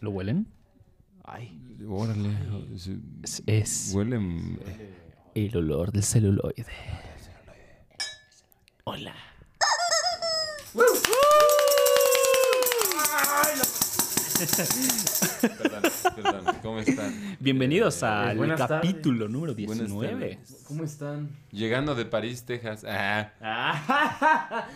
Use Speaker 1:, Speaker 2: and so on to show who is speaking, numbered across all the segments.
Speaker 1: ¿Lo huelen?
Speaker 2: Ay.
Speaker 3: Órale. sí,
Speaker 1: Es, es
Speaker 3: Huele. mm, eh,
Speaker 1: el olor del celuloide. Hola.
Speaker 3: Perdón, perdón. ¿Cómo están?
Speaker 1: Bienvenidos al
Speaker 2: Eh, buenas tardes.
Speaker 1: capítulo número
Speaker 3: Buenas
Speaker 1: 19.
Speaker 2: ¿Cómo están?
Speaker 3: Llegando de París, Texas. Ah,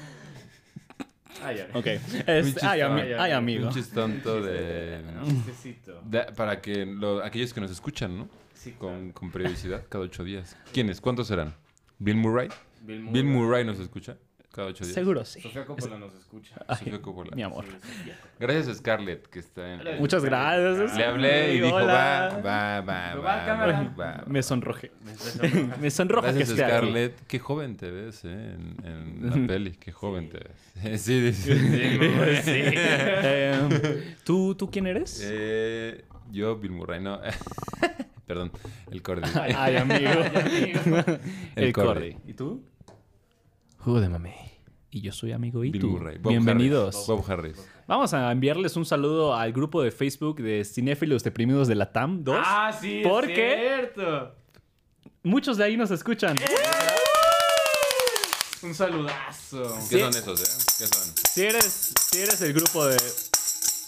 Speaker 2: Ay, Ah. ya.
Speaker 1: Ok. Es-
Speaker 3: Pinches
Speaker 1: ay, ami-
Speaker 2: tontos.
Speaker 1: ay, amigo.
Speaker 3: pinches tonto de.
Speaker 2: Chistecito.
Speaker 3: da- para que lo- aquellos que nos escuchan, ¿no?
Speaker 2: Sí, claro.
Speaker 3: Con, con periodicidad, cada ocho días. ¿Quiénes? ¿Cuántos serán? ¿Bill Murray?
Speaker 2: Bill Murray.
Speaker 3: ¿Bill Murray nos escucha? Cada ocho días.
Speaker 1: Seguro sí.
Speaker 2: Sofía Coppola nos escucha.
Speaker 3: Sofía Coppola.
Speaker 1: Mi amor.
Speaker 2: Sí, Sofía Coppola.
Speaker 3: Gracias a Scarlett, que está en.
Speaker 1: Muchas gracias.
Speaker 3: Le hablé y dijo,
Speaker 1: Hola.
Speaker 3: va, va, va,
Speaker 2: Va,
Speaker 3: va,
Speaker 2: cámara.
Speaker 3: va, va.
Speaker 1: Me sonroje.
Speaker 2: Me está llamando.
Speaker 1: Me sonroja que
Speaker 3: Gracias,
Speaker 1: esté aquí.
Speaker 3: Scarlett. Qué joven te ves, ¿eh? En, en la peli, qué joven te ves. sí, sí, sí.
Speaker 1: Eh, ¿tú, ¿Tú quién eres?
Speaker 3: Eh, yo, Bill Murray, no. Perdón, el cordy.
Speaker 1: Ay, amigo.
Speaker 3: El
Speaker 1: El
Speaker 3: Cordy.
Speaker 1: Cordy. ¿Y tú? Jude mami. Y yo soy amigo y
Speaker 3: Eh, Bill
Speaker 1: tú.
Speaker 3: Murray. Bob
Speaker 1: Bienvenidos.
Speaker 3: Harris. Bob Harris.
Speaker 1: Vamos a enviarles un saludo al grupo de Facebook de Cinéfilos Deprimidos de la TAM 2.
Speaker 2: Ah, sí, es
Speaker 1: ¿Por qué?
Speaker 2: cierto.
Speaker 1: Muchos de ahí nos escuchan.
Speaker 2: Un saludazo.
Speaker 3: ¿Qué
Speaker 1: Sí.
Speaker 3: son esos, eh? ¿Qué son?
Speaker 1: Si eres, si eres el grupo de.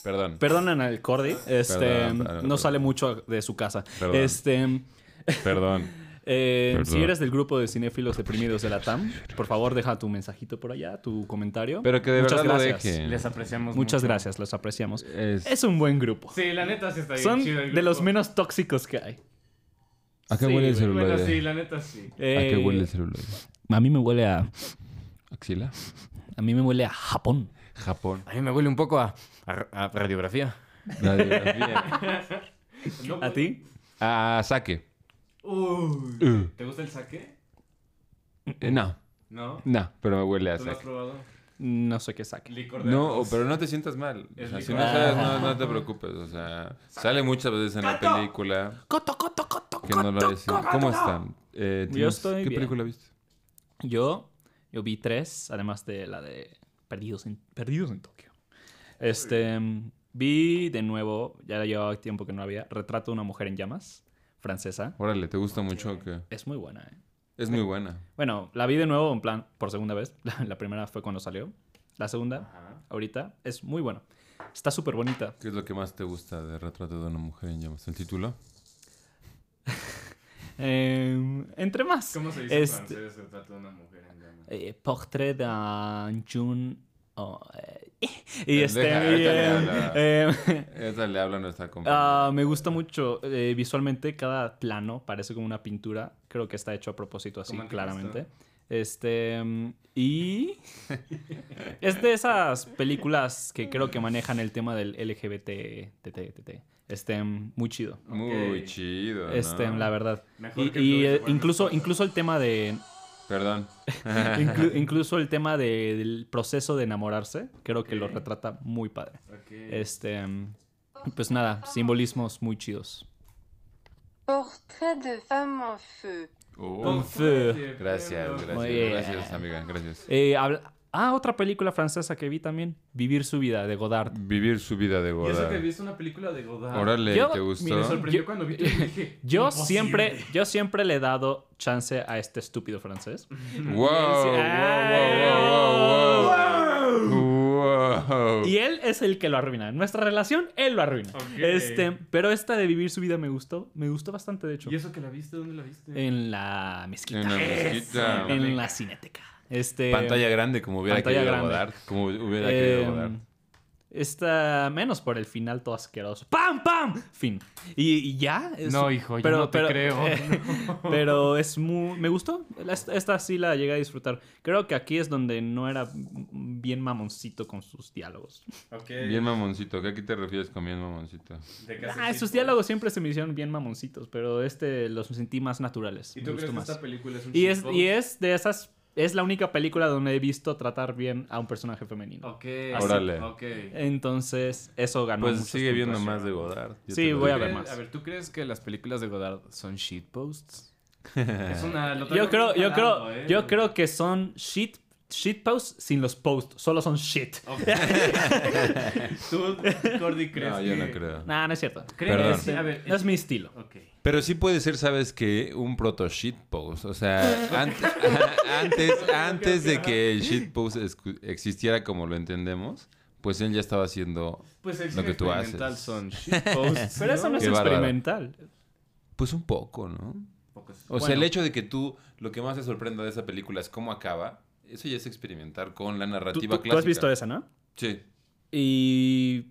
Speaker 3: Perdón.
Speaker 1: Perdonan al Cordy. Este.
Speaker 3: Perdón,
Speaker 1: no
Speaker 3: perdón, perdón.
Speaker 1: sale mucho de su casa.
Speaker 3: Perdón.
Speaker 1: Este.
Speaker 3: Perdón.
Speaker 1: eh,
Speaker 3: Perdón.
Speaker 1: si eres del grupo de cinéfilos deprimidos de la TAM, por favor deja tu mensajito por allá, tu comentario.
Speaker 3: Pero que de
Speaker 1: Muchas
Speaker 3: verdad lo
Speaker 1: gracias. Este-
Speaker 3: dejen.
Speaker 2: Les apreciamos
Speaker 1: Muchas
Speaker 2: mucho.
Speaker 1: gracias, los apreciamos.
Speaker 3: Es-
Speaker 1: Es un buen grupo.
Speaker 2: Sí, la neta sí está bien
Speaker 1: Son
Speaker 2: chido el
Speaker 1: de los
Speaker 2: grupo.
Speaker 1: menos tóxicos que hay.
Speaker 3: ¿A qué
Speaker 2: Sí,
Speaker 3: huele
Speaker 2: güey.
Speaker 3: el celular?
Speaker 2: Bueno, sí, la neta sí.
Speaker 3: ¿A qué
Speaker 1: Eh,
Speaker 3: huele el celular?
Speaker 1: A mí me huele a.
Speaker 3: ¿Axila?
Speaker 1: A mí me huele a Japón.
Speaker 3: Japón.
Speaker 4: A mí me huele un poco a, a- a radiografía.
Speaker 2: No,
Speaker 3: Radiografía.
Speaker 2: pues,
Speaker 1: ¿A ti?
Speaker 3: Ah, saque.
Speaker 2: Uy.
Speaker 3: Uh.
Speaker 2: ¿Te gusta el saque?
Speaker 3: Eh, no,
Speaker 2: No.
Speaker 3: no, pero me huele a
Speaker 2: ¿Tú lo has
Speaker 3: saque.
Speaker 2: probado?
Speaker 1: No sé qué saque.
Speaker 2: Licor de
Speaker 3: No,
Speaker 2: arroz.
Speaker 3: o- pero no te sientas mal. O
Speaker 2: Es
Speaker 3: sea, si no
Speaker 2: licor.
Speaker 3: sabes, no, no te preocupes. O sea, sale muchas veces en la
Speaker 2: ¡Coto!
Speaker 3: película. Que no lo hayas- ¿Cómo están? Eh,
Speaker 1: Yo
Speaker 3: Tinos,
Speaker 1: estoy
Speaker 3: ¿Qué
Speaker 1: bien.
Speaker 3: película viste?
Speaker 1: Yo, yo vi tres, además de la de Perdidos en, Perdidos en Tokio. Este, mm, vi de nuevo, ya llevaba tiempo que no había, Retrato de una mujer en llamas, francesa.
Speaker 3: Órale, ¿te gusta mucho? o qué?
Speaker 1: Es muy buena, ¿eh?
Speaker 3: Es muy buena.
Speaker 1: Bueno, la vi de nuevo, en plan, por segunda vez. La, la primera fue cuando salió. La segunda,
Speaker 2: Ajá.
Speaker 1: ahorita, es muy buena. Está súper bonita.
Speaker 3: ¿Qué es lo que más te gusta de Retrato de una mujer en llamas? ¿El título?
Speaker 1: Eh, entre más.
Speaker 2: ¿Cómo se dice en
Speaker 1: Este-
Speaker 2: francés el trato de una mujer en llamas?
Speaker 1: eh, portrait d'un jeune. oh, eh, y
Speaker 3: Deja,
Speaker 1: este.
Speaker 3: ahorita
Speaker 1: y,
Speaker 3: le
Speaker 1: eh,
Speaker 3: habla.
Speaker 1: eh,
Speaker 3: Esa le habla a nuestra compañera.
Speaker 1: ah, me gusta mucho. eh, visualmente, cada plano parece como una pintura. Creo que está hecho a propósito así,
Speaker 2: Como Anticristo.
Speaker 1: claramente. Este. mm, Y. es de esas películas que creo que manejan el tema del LGBT. Este, mm, muy chido.
Speaker 3: muy
Speaker 2: ok.
Speaker 3: chido.
Speaker 1: Este,
Speaker 3: ¿no?
Speaker 1: la verdad.
Speaker 2: Mejor
Speaker 1: Y,
Speaker 2: que
Speaker 1: y,
Speaker 2: Blue
Speaker 1: eh,
Speaker 2: Ivy,
Speaker 1: incluso,
Speaker 2: bueno.
Speaker 1: incluso el tema de
Speaker 3: Perdón.
Speaker 1: Inclu- incluso el tema de- del proceso de enamorarse, creo que lo retrata muy padre.
Speaker 2: Ok.
Speaker 1: Este, mm, pues nada, simbolismos muy chidos.
Speaker 5: Portrait de femme en feu.
Speaker 3: Oh.
Speaker 2: Con fe.
Speaker 3: Gracias, gracias.
Speaker 1: Muy bien.
Speaker 3: Gracias, amiga. Gracias.
Speaker 1: Eh, habla- ah, otra película francesa que vi también, Vivir su vida, de Godard.
Speaker 3: Vivir su vida de
Speaker 2: Y eso que
Speaker 3: boda.
Speaker 2: viste una película de Godard.
Speaker 3: Órale,
Speaker 1: Yo-
Speaker 3: ¿te
Speaker 1: mira,
Speaker 3: gustó?
Speaker 2: Me sorprendió
Speaker 1: Yo-
Speaker 2: cuando vi que dije.
Speaker 1: Yo
Speaker 2: "Imposible".
Speaker 1: siempre, yo siempre le he dado chance a este estúpido francés.
Speaker 3: Wow, wow, wow, wow, wow, wow. Wow.
Speaker 1: Y él es el que lo arruina. Nuestra relación, él lo arruina.
Speaker 2: Ok.
Speaker 1: Este, pero esta de Vivir su vida me gustó. Me gustó bastante, de hecho.
Speaker 2: ¿Y eso que la viste? ¿Dónde la viste?
Speaker 1: En la mezquita.
Speaker 3: En la mezquita.
Speaker 1: En la cineteca. Este,
Speaker 3: Pantalla grande, como hubiera
Speaker 1: Pantalla
Speaker 3: querido
Speaker 1: grande.
Speaker 3: Godard. Como hubiera
Speaker 1: Eh,
Speaker 3: querido Godard.
Speaker 1: Está menos por el final todo asqueroso. ¡Pam, pam! Fin. Y, y ya. es-
Speaker 4: No, hijo, yo no te creo.
Speaker 1: pero es muy... Me gustó. La- Esta, esta sí la llegué a disfrutar. Creo que aquí es donde no era bien mamoncito con sus diálogos.
Speaker 2: Ok.
Speaker 3: Bien mamoncito. ¿Qué- ¿A qué te refieres con bien mamoncito?
Speaker 2: De
Speaker 1: Ah,
Speaker 2: casecito.
Speaker 1: sus diálogos siempre se me hicieron bien mamoncitos, pero este los sentí más naturales.
Speaker 2: ¿Y
Speaker 1: me
Speaker 2: tú
Speaker 1: gustó
Speaker 2: crees que
Speaker 1: más.
Speaker 2: esta película es un
Speaker 1: Y es,
Speaker 2: shitpost?
Speaker 1: y es de esas... Es la única película donde he visto tratar bien a un personaje femenino.
Speaker 2: Ok.
Speaker 3: Así. Órale.
Speaker 2: Ok.
Speaker 1: Entonces, eso ganó
Speaker 3: Pues
Speaker 1: muchos
Speaker 3: sigue viendo
Speaker 1: puntos.
Speaker 3: más de Godard. Yo
Speaker 1: Sí,
Speaker 3: te lo
Speaker 1: voy a
Speaker 3: digo.
Speaker 1: ver
Speaker 4: ¿Crees-
Speaker 1: más.
Speaker 4: A ver, ¿tú crees que las películas de Godard son shitposts?
Speaker 2: Es una. lo traigo
Speaker 1: Yo creo,
Speaker 2: bien
Speaker 1: yo
Speaker 2: jalado,
Speaker 1: creo,
Speaker 2: ¿eh?
Speaker 1: yo creo que son shit, Shitpost sin los posts, solo son shit.
Speaker 2: Tú, Cordy, crees
Speaker 3: No, yo no
Speaker 2: que-
Speaker 3: creo.
Speaker 1: Nah, no es cierto.
Speaker 2: ¿Crees?
Speaker 1: Perdón.
Speaker 2: A ver,
Speaker 1: No es mi estilo.
Speaker 2: ok.
Speaker 3: Pero sí puede ser, ¿sabes qué? Un proto shitpost. O sea, an- antes, antes de que el shitpost escu- existiera como lo entendemos, pues él ya estaba haciendo,
Speaker 2: Pues el
Speaker 3: Lo
Speaker 2: cine
Speaker 3: que tú
Speaker 2: experimental
Speaker 3: haces.
Speaker 2: son shitposts.
Speaker 1: Pero eso no es
Speaker 3: Qué bárbaro.
Speaker 1: experimental.
Speaker 3: pues un poco, ¿no?
Speaker 2: Pocos.
Speaker 3: O sea,
Speaker 1: Bueno.
Speaker 3: el hecho de que tú, lo que más te sorprenda de esa película es cómo acaba, eso ya es experimentar con la
Speaker 1: Tú,
Speaker 3: narrativa
Speaker 1: tú-
Speaker 3: clásica.
Speaker 1: tú has visto esa, ¿no?
Speaker 3: Sí.
Speaker 1: Y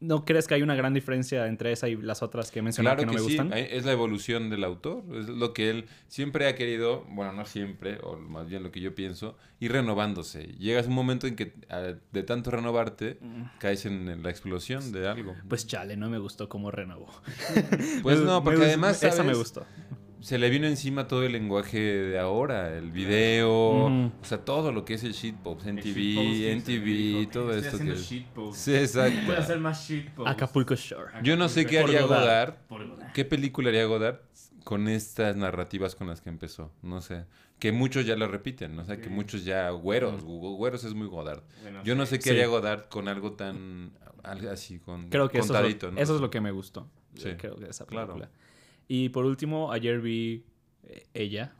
Speaker 1: no crees que hay una gran diferencia entre esa y las otras que mencionaron
Speaker 3: Claro que,
Speaker 1: que no me
Speaker 3: sí,
Speaker 1: gustan.
Speaker 3: ahí es la evolución del autor, es lo que él siempre ha querido, bueno, no siempre, o más bien lo que yo pienso, ir renovándose. Llegas a un momento en que a- de tanto renovarte,
Speaker 1: Mm.
Speaker 3: caes en, en la explosión de algo.
Speaker 1: Pues chale, no me gustó cómo renovó.
Speaker 3: Pues
Speaker 1: Me-
Speaker 3: no,
Speaker 1: me
Speaker 3: porque
Speaker 1: gustó-
Speaker 3: además,
Speaker 1: Esa me
Speaker 3: ¿sabes?
Speaker 1: gustó.
Speaker 3: se le vino encima todo el lenguaje de ahora, el video,
Speaker 1: Ujú.
Speaker 3: o sea, todo lo que es el shitpost,
Speaker 2: El
Speaker 3: NTV,
Speaker 2: shitposting se me
Speaker 3: NTV,
Speaker 2: dijo,
Speaker 3: todo
Speaker 2: estoy
Speaker 3: esto que
Speaker 2: haciendo
Speaker 3: es-
Speaker 2: shitposts.
Speaker 3: Sí, exacto.
Speaker 2: Voy a hacer más shitposts.
Speaker 1: Acapulco Shore.
Speaker 3: Yo no sé qué
Speaker 1: Por
Speaker 3: haría
Speaker 1: Godard.
Speaker 3: Godard
Speaker 2: Por Godard.
Speaker 3: ¿Qué película haría Godard con estas narrativas con las que empezó? No sé. Que muchos ya lo repiten, ¿no? o sea, que
Speaker 2: Sí.
Speaker 3: muchos ya güeros, gu- güeros es muy Godard.
Speaker 2: Bueno,
Speaker 3: Yo no sé qué
Speaker 1: Sí.
Speaker 3: haría Godard con algo tan al- así, con
Speaker 1: Creo que eso es,
Speaker 3: contadito,
Speaker 1: lo,
Speaker 3: ¿no?
Speaker 1: eso es lo que me gustó.
Speaker 3: Sí.
Speaker 1: Creo que de esa
Speaker 3: Claro.
Speaker 1: película. Y por último, ayer vi eh, ella,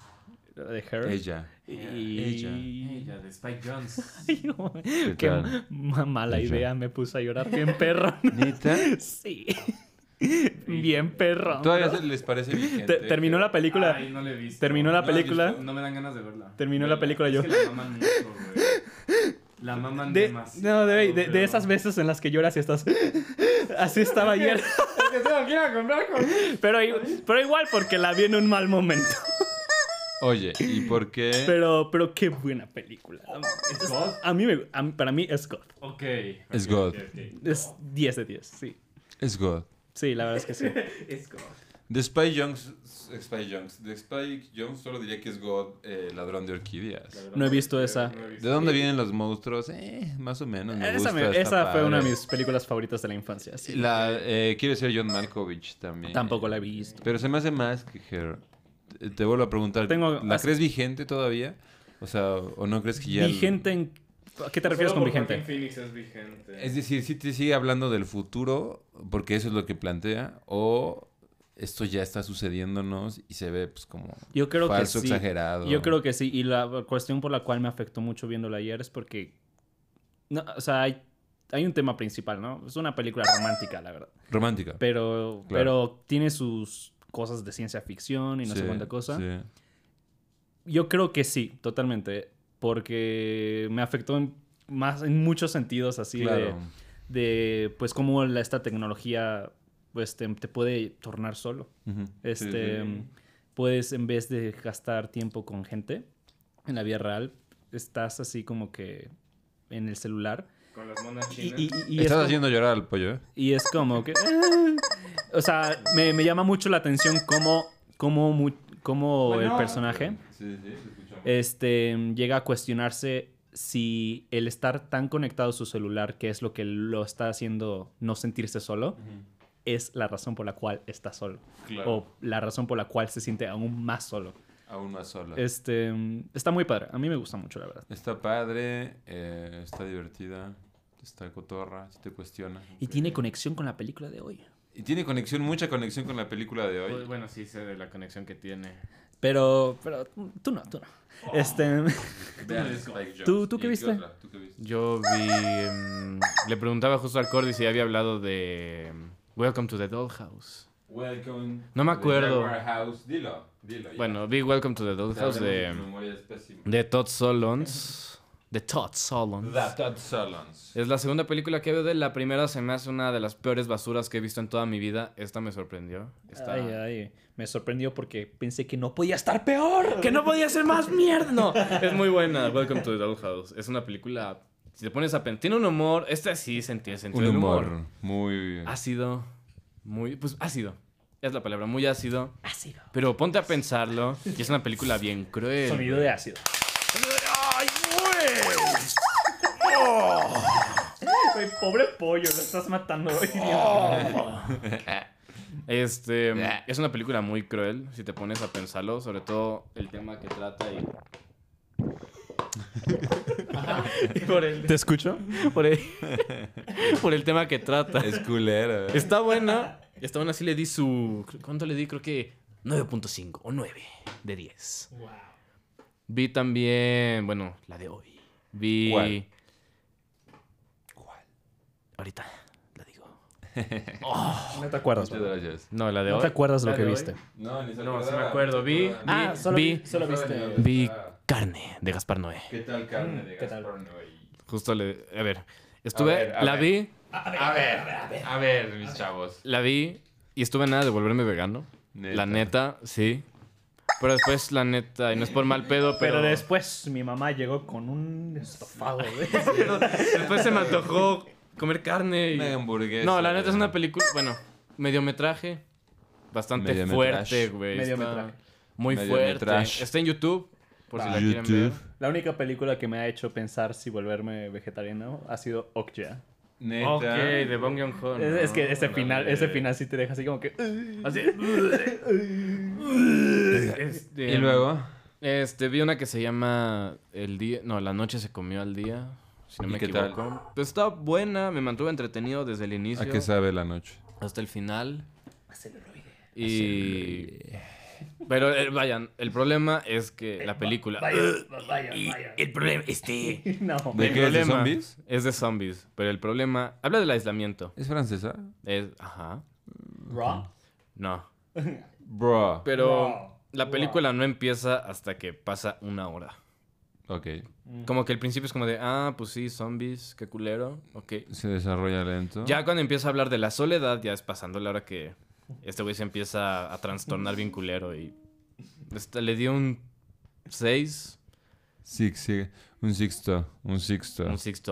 Speaker 1: la de Her.
Speaker 3: Ella.
Speaker 1: Y...
Speaker 2: Ella, de Spike Jones.
Speaker 1: Qué,
Speaker 3: tal?
Speaker 1: ma- mala
Speaker 3: Ella.
Speaker 1: idea, me puse a llorar bien perro.
Speaker 3: ¿Neta?
Speaker 1: sí. bien perro.
Speaker 3: ¿Todavía se les parece vigente?
Speaker 1: terminó la película.
Speaker 2: Ay, no la he visto.
Speaker 1: terminó la
Speaker 2: No he
Speaker 1: película.
Speaker 2: visto, No me dan ganas de verla.
Speaker 1: Terminó la película
Speaker 2: Es
Speaker 1: yo.
Speaker 2: que la maman mucho, güey. La maman
Speaker 1: De,
Speaker 2: demasiado,
Speaker 1: no, de, de- de
Speaker 2: pero-
Speaker 1: esas veces en las que lloras y estás. Así estaba ayer.
Speaker 2: Que tengo que ir a comprar con...
Speaker 1: Pero, i- pero igual porque la vi en un mal momento.
Speaker 3: Oye, ¿y por qué?
Speaker 1: Pero, pero qué buena película.
Speaker 2: God.
Speaker 1: A mí, me- a mí- para mí es God.
Speaker 2: Ok.
Speaker 3: Es
Speaker 2: ok,
Speaker 3: God.
Speaker 2: ok, ok.
Speaker 1: Es 10 de 10, sí.
Speaker 3: Es God.
Speaker 1: Sí, la verdad es que sí.
Speaker 2: Es God.
Speaker 3: The Spy Jones, Spy Jones. The Spy Jones solo diría que es God, eh, ladrón de orquídeas.
Speaker 2: La verdad,
Speaker 1: No he visto
Speaker 2: creo
Speaker 1: esa.
Speaker 2: que no he visto.
Speaker 3: ¿De dónde vienen los monstruos? Eh, más o menos. me
Speaker 1: Esa, me-
Speaker 3: gusta, está
Speaker 1: esa fue una de
Speaker 3: padre.
Speaker 1: mis películas favoritas de la infancia. sí.
Speaker 3: La, eh, quiere ser John Malkovich también.
Speaker 1: Tampoco la he visto.
Speaker 3: Pero se me hace más que Her. Te, te vuelvo a preguntar.
Speaker 1: Tengo-
Speaker 3: ¿La
Speaker 1: as-
Speaker 3: crees vigente todavía? O sea, ¿o no crees que ya... el-
Speaker 1: Vigente en. ¿A qué te refieres
Speaker 2: Solo
Speaker 1: con
Speaker 2: por Joaquin
Speaker 1: vigente?
Speaker 2: Phoenix es vigente.
Speaker 3: Es decir, si te sigue hablando del futuro, porque eso es lo que plantea, o esto ya está sucediéndonos y se ve pues como
Speaker 1: Yo creo que
Speaker 3: falso,
Speaker 1: sí.
Speaker 3: exagerado.
Speaker 1: Yo creo que sí. Y la cuestión por la cual me afectó mucho viéndola ayer es porque. No, o sea, hay, hay un tema principal, ¿no? Es una película romántica, la verdad.
Speaker 3: Romántica.
Speaker 1: Pero,
Speaker 3: Claro.
Speaker 1: pero tiene sus cosas de ciencia ficción y no sé
Speaker 3: Sí,
Speaker 1: cuánta cosa.
Speaker 3: sí.
Speaker 1: Yo creo que sí, totalmente. Porque me afectó en, más, en muchos sentidos así de-
Speaker 3: claro.
Speaker 1: de, pues, cómo la- esta tecnología pues, te, te puede tornar solo.
Speaker 3: Ujú. Sí,
Speaker 1: Este,
Speaker 3: sí.
Speaker 1: puedes en vez de gastar tiempo con gente en la vida real, estás así como que en el celular.
Speaker 2: Con las monas
Speaker 1: Y,
Speaker 2: chinas.
Speaker 1: y- y- y es
Speaker 3: Estás
Speaker 1: como,
Speaker 3: haciendo llorar al pollo, ¿eh?
Speaker 1: y es como que... ah. o sea, me, me llama mucho la atención cómo, cómo, mu- cómo el
Speaker 2: Bueno.
Speaker 1: personaje
Speaker 3: Sí, sí, escuchamos.
Speaker 1: este, llega a cuestionarse si el estar tan conectado a su celular, que es lo que lo está haciendo no sentirse solo, es la razón por la cual está solo.
Speaker 3: Claro.
Speaker 1: O la razón por la cual se siente aún más solo.
Speaker 3: Aún más solo.
Speaker 1: Este, mm, está muy padre. A mí me gusta mucho, la verdad.
Speaker 3: Está padre, eh, está divertida, está cotorra, si te cuestiona.
Speaker 1: Y tiene conexión con la película de hoy.
Speaker 3: Y tiene conexión, mucha conexión con la película de
Speaker 4: Pues,
Speaker 3: hoy.
Speaker 4: Bueno, sí sé de la conexión que tiene.
Speaker 1: Pero, pero tú no, tú no.
Speaker 3: Oh.
Speaker 1: Este,
Speaker 3: Vean Spike Jonze.
Speaker 1: ¿Tú- tú qué
Speaker 3: ¿Y
Speaker 1: viste?
Speaker 3: otra? ¿Tú qué viste?
Speaker 4: Yo vi... em, le preguntaba justo al Cordy si había hablado de... em, Welcome to the Dollhouse.
Speaker 3: Welcome
Speaker 4: No me
Speaker 3: to the
Speaker 4: acuerdo.
Speaker 3: Jaguar House. Dilo, dilo. ya.
Speaker 4: Bueno, vi Welcome to the Dollhouse
Speaker 3: Sabemos que
Speaker 4: de... em,
Speaker 3: tu memoria es pésima.
Speaker 4: De Todd Solons. De Todd Solons.
Speaker 3: The Todd Solons.
Speaker 4: Es la segunda película que veo de él. La primera se me hace una de las peores basuras que he visto en toda mi vida. Esta me sorprendió. Esta-
Speaker 1: ay, ay, me sorprendió porque pensé que no podía estar peor. Que no podía ser más mierda.
Speaker 4: No, es muy buena. Welcome to the Dollhouse. Es una película. Si te pones a pensar, tiene un humor. Esta sí sentí sentido
Speaker 3: Un
Speaker 4: del
Speaker 3: humor muy...
Speaker 4: Ácido. Muy. Pues ácido. Es la palabra, muy ácido.
Speaker 1: Ácido.
Speaker 4: Pero ponte a pensarlo. Y es una película bien cruel.
Speaker 1: Sonido de ácido. Oh. Güey, pobre pollo, lo estás matando güey.
Speaker 4: Este. Es una película muy cruel. Si te pones a pensarlo. Sobre todo el tema que trata y. Por el,
Speaker 1: ¿Te escucho?
Speaker 4: por el, por el tema que trata.
Speaker 3: Es culera, ¿verdad?
Speaker 4: Está buena. Está buena, sí le di su. ¿Cuánto le di? Creo que 9.5 o 9 de 10. Vi también, bueno, la de hoy. Vi.
Speaker 3: ¿Cuál?
Speaker 4: Ahorita la digo.
Speaker 1: No te acuerdas.
Speaker 3: Muchas gracias.
Speaker 4: No, la de
Speaker 1: No te
Speaker 4: hoy.
Speaker 1: acuerdas lo
Speaker 2: La
Speaker 1: que
Speaker 2: de hoy.
Speaker 1: viste.
Speaker 3: No, ni se
Speaker 4: No, sí me acuerdo. Vi.
Speaker 1: Ah,
Speaker 4: vi-
Speaker 1: solo,
Speaker 4: vi,
Speaker 1: solo viste.
Speaker 4: vi carne de Gaspar Noé.
Speaker 3: ¿Qué tal carne
Speaker 1: Mm,
Speaker 3: de
Speaker 1: ¿qué tal?
Speaker 3: Gaspar Noé?
Speaker 4: Justo le. A ver. Estuve.
Speaker 3: A ver, a
Speaker 4: la
Speaker 3: ver.
Speaker 4: vi.
Speaker 3: A ver, a ver, a ver, mis chavos.
Speaker 4: La vi. Y estuve en nada de volverme vegano. La neta, sí. Pero después, la neta, y no es por mal pedo, pero.
Speaker 1: Pero después mi mamá llegó con un estofado. güey.
Speaker 4: Después se me antojó comer carne y...
Speaker 3: Una hamburguesa. eh.
Speaker 4: No, la neta es una película, bueno, mediometraje, bastante
Speaker 3: Mediometraje.
Speaker 4: fuerte, güey. está
Speaker 1: Mediometraje.
Speaker 4: Muy fuerte.
Speaker 3: Mediometraje.
Speaker 4: Está en YouTube, por si la quieren ver.
Speaker 3: YouTube.
Speaker 1: La única película que me ha hecho pensar si volverme vegetariano ha sido Okja.
Speaker 3: Neta.
Speaker 4: Ok, de Bong Joon-ho.
Speaker 1: es, es que ese
Speaker 3: la
Speaker 1: final,
Speaker 3: madre.
Speaker 1: ese final sí te deja así como que. Así.
Speaker 4: Este,
Speaker 3: Y luego.
Speaker 4: Este, vi una que se llama El día... No, La noche se comió al día, si no
Speaker 3: ¿Y
Speaker 4: me
Speaker 3: qué tal?
Speaker 4: equivoco. Pues está buena, me mantuvo entretenido desde el inicio
Speaker 3: ¿A qué sabe la noche?
Speaker 4: hasta el final. Y... Pero, eh, vayan, el problema es que la película... El problema, este...
Speaker 1: No.
Speaker 3: ¿De
Speaker 4: El
Speaker 3: qué? ¿Es de
Speaker 4: problema
Speaker 3: zombies?
Speaker 4: Es de zombies, pero el problema... Habla del aislamiento.
Speaker 3: ¿Es francesa?
Speaker 4: Es... Ajá.
Speaker 1: Raw.
Speaker 4: No.
Speaker 3: Bro.
Speaker 4: Pero
Speaker 1: Wow.
Speaker 4: la película no empieza hasta que pasa una hora.
Speaker 3: Ok.
Speaker 4: Como que el principio es como de, ah, pues sí, zombies, qué culero. Ok.
Speaker 3: Se desarrolla lento.
Speaker 4: Ya cuando empieza a hablar de la soledad, ya es pasando la hora que este güey se empieza a trastornar bien culero y... este, le dio un 6,
Speaker 3: Six, six. Un sixto. Un sixto.
Speaker 4: un 6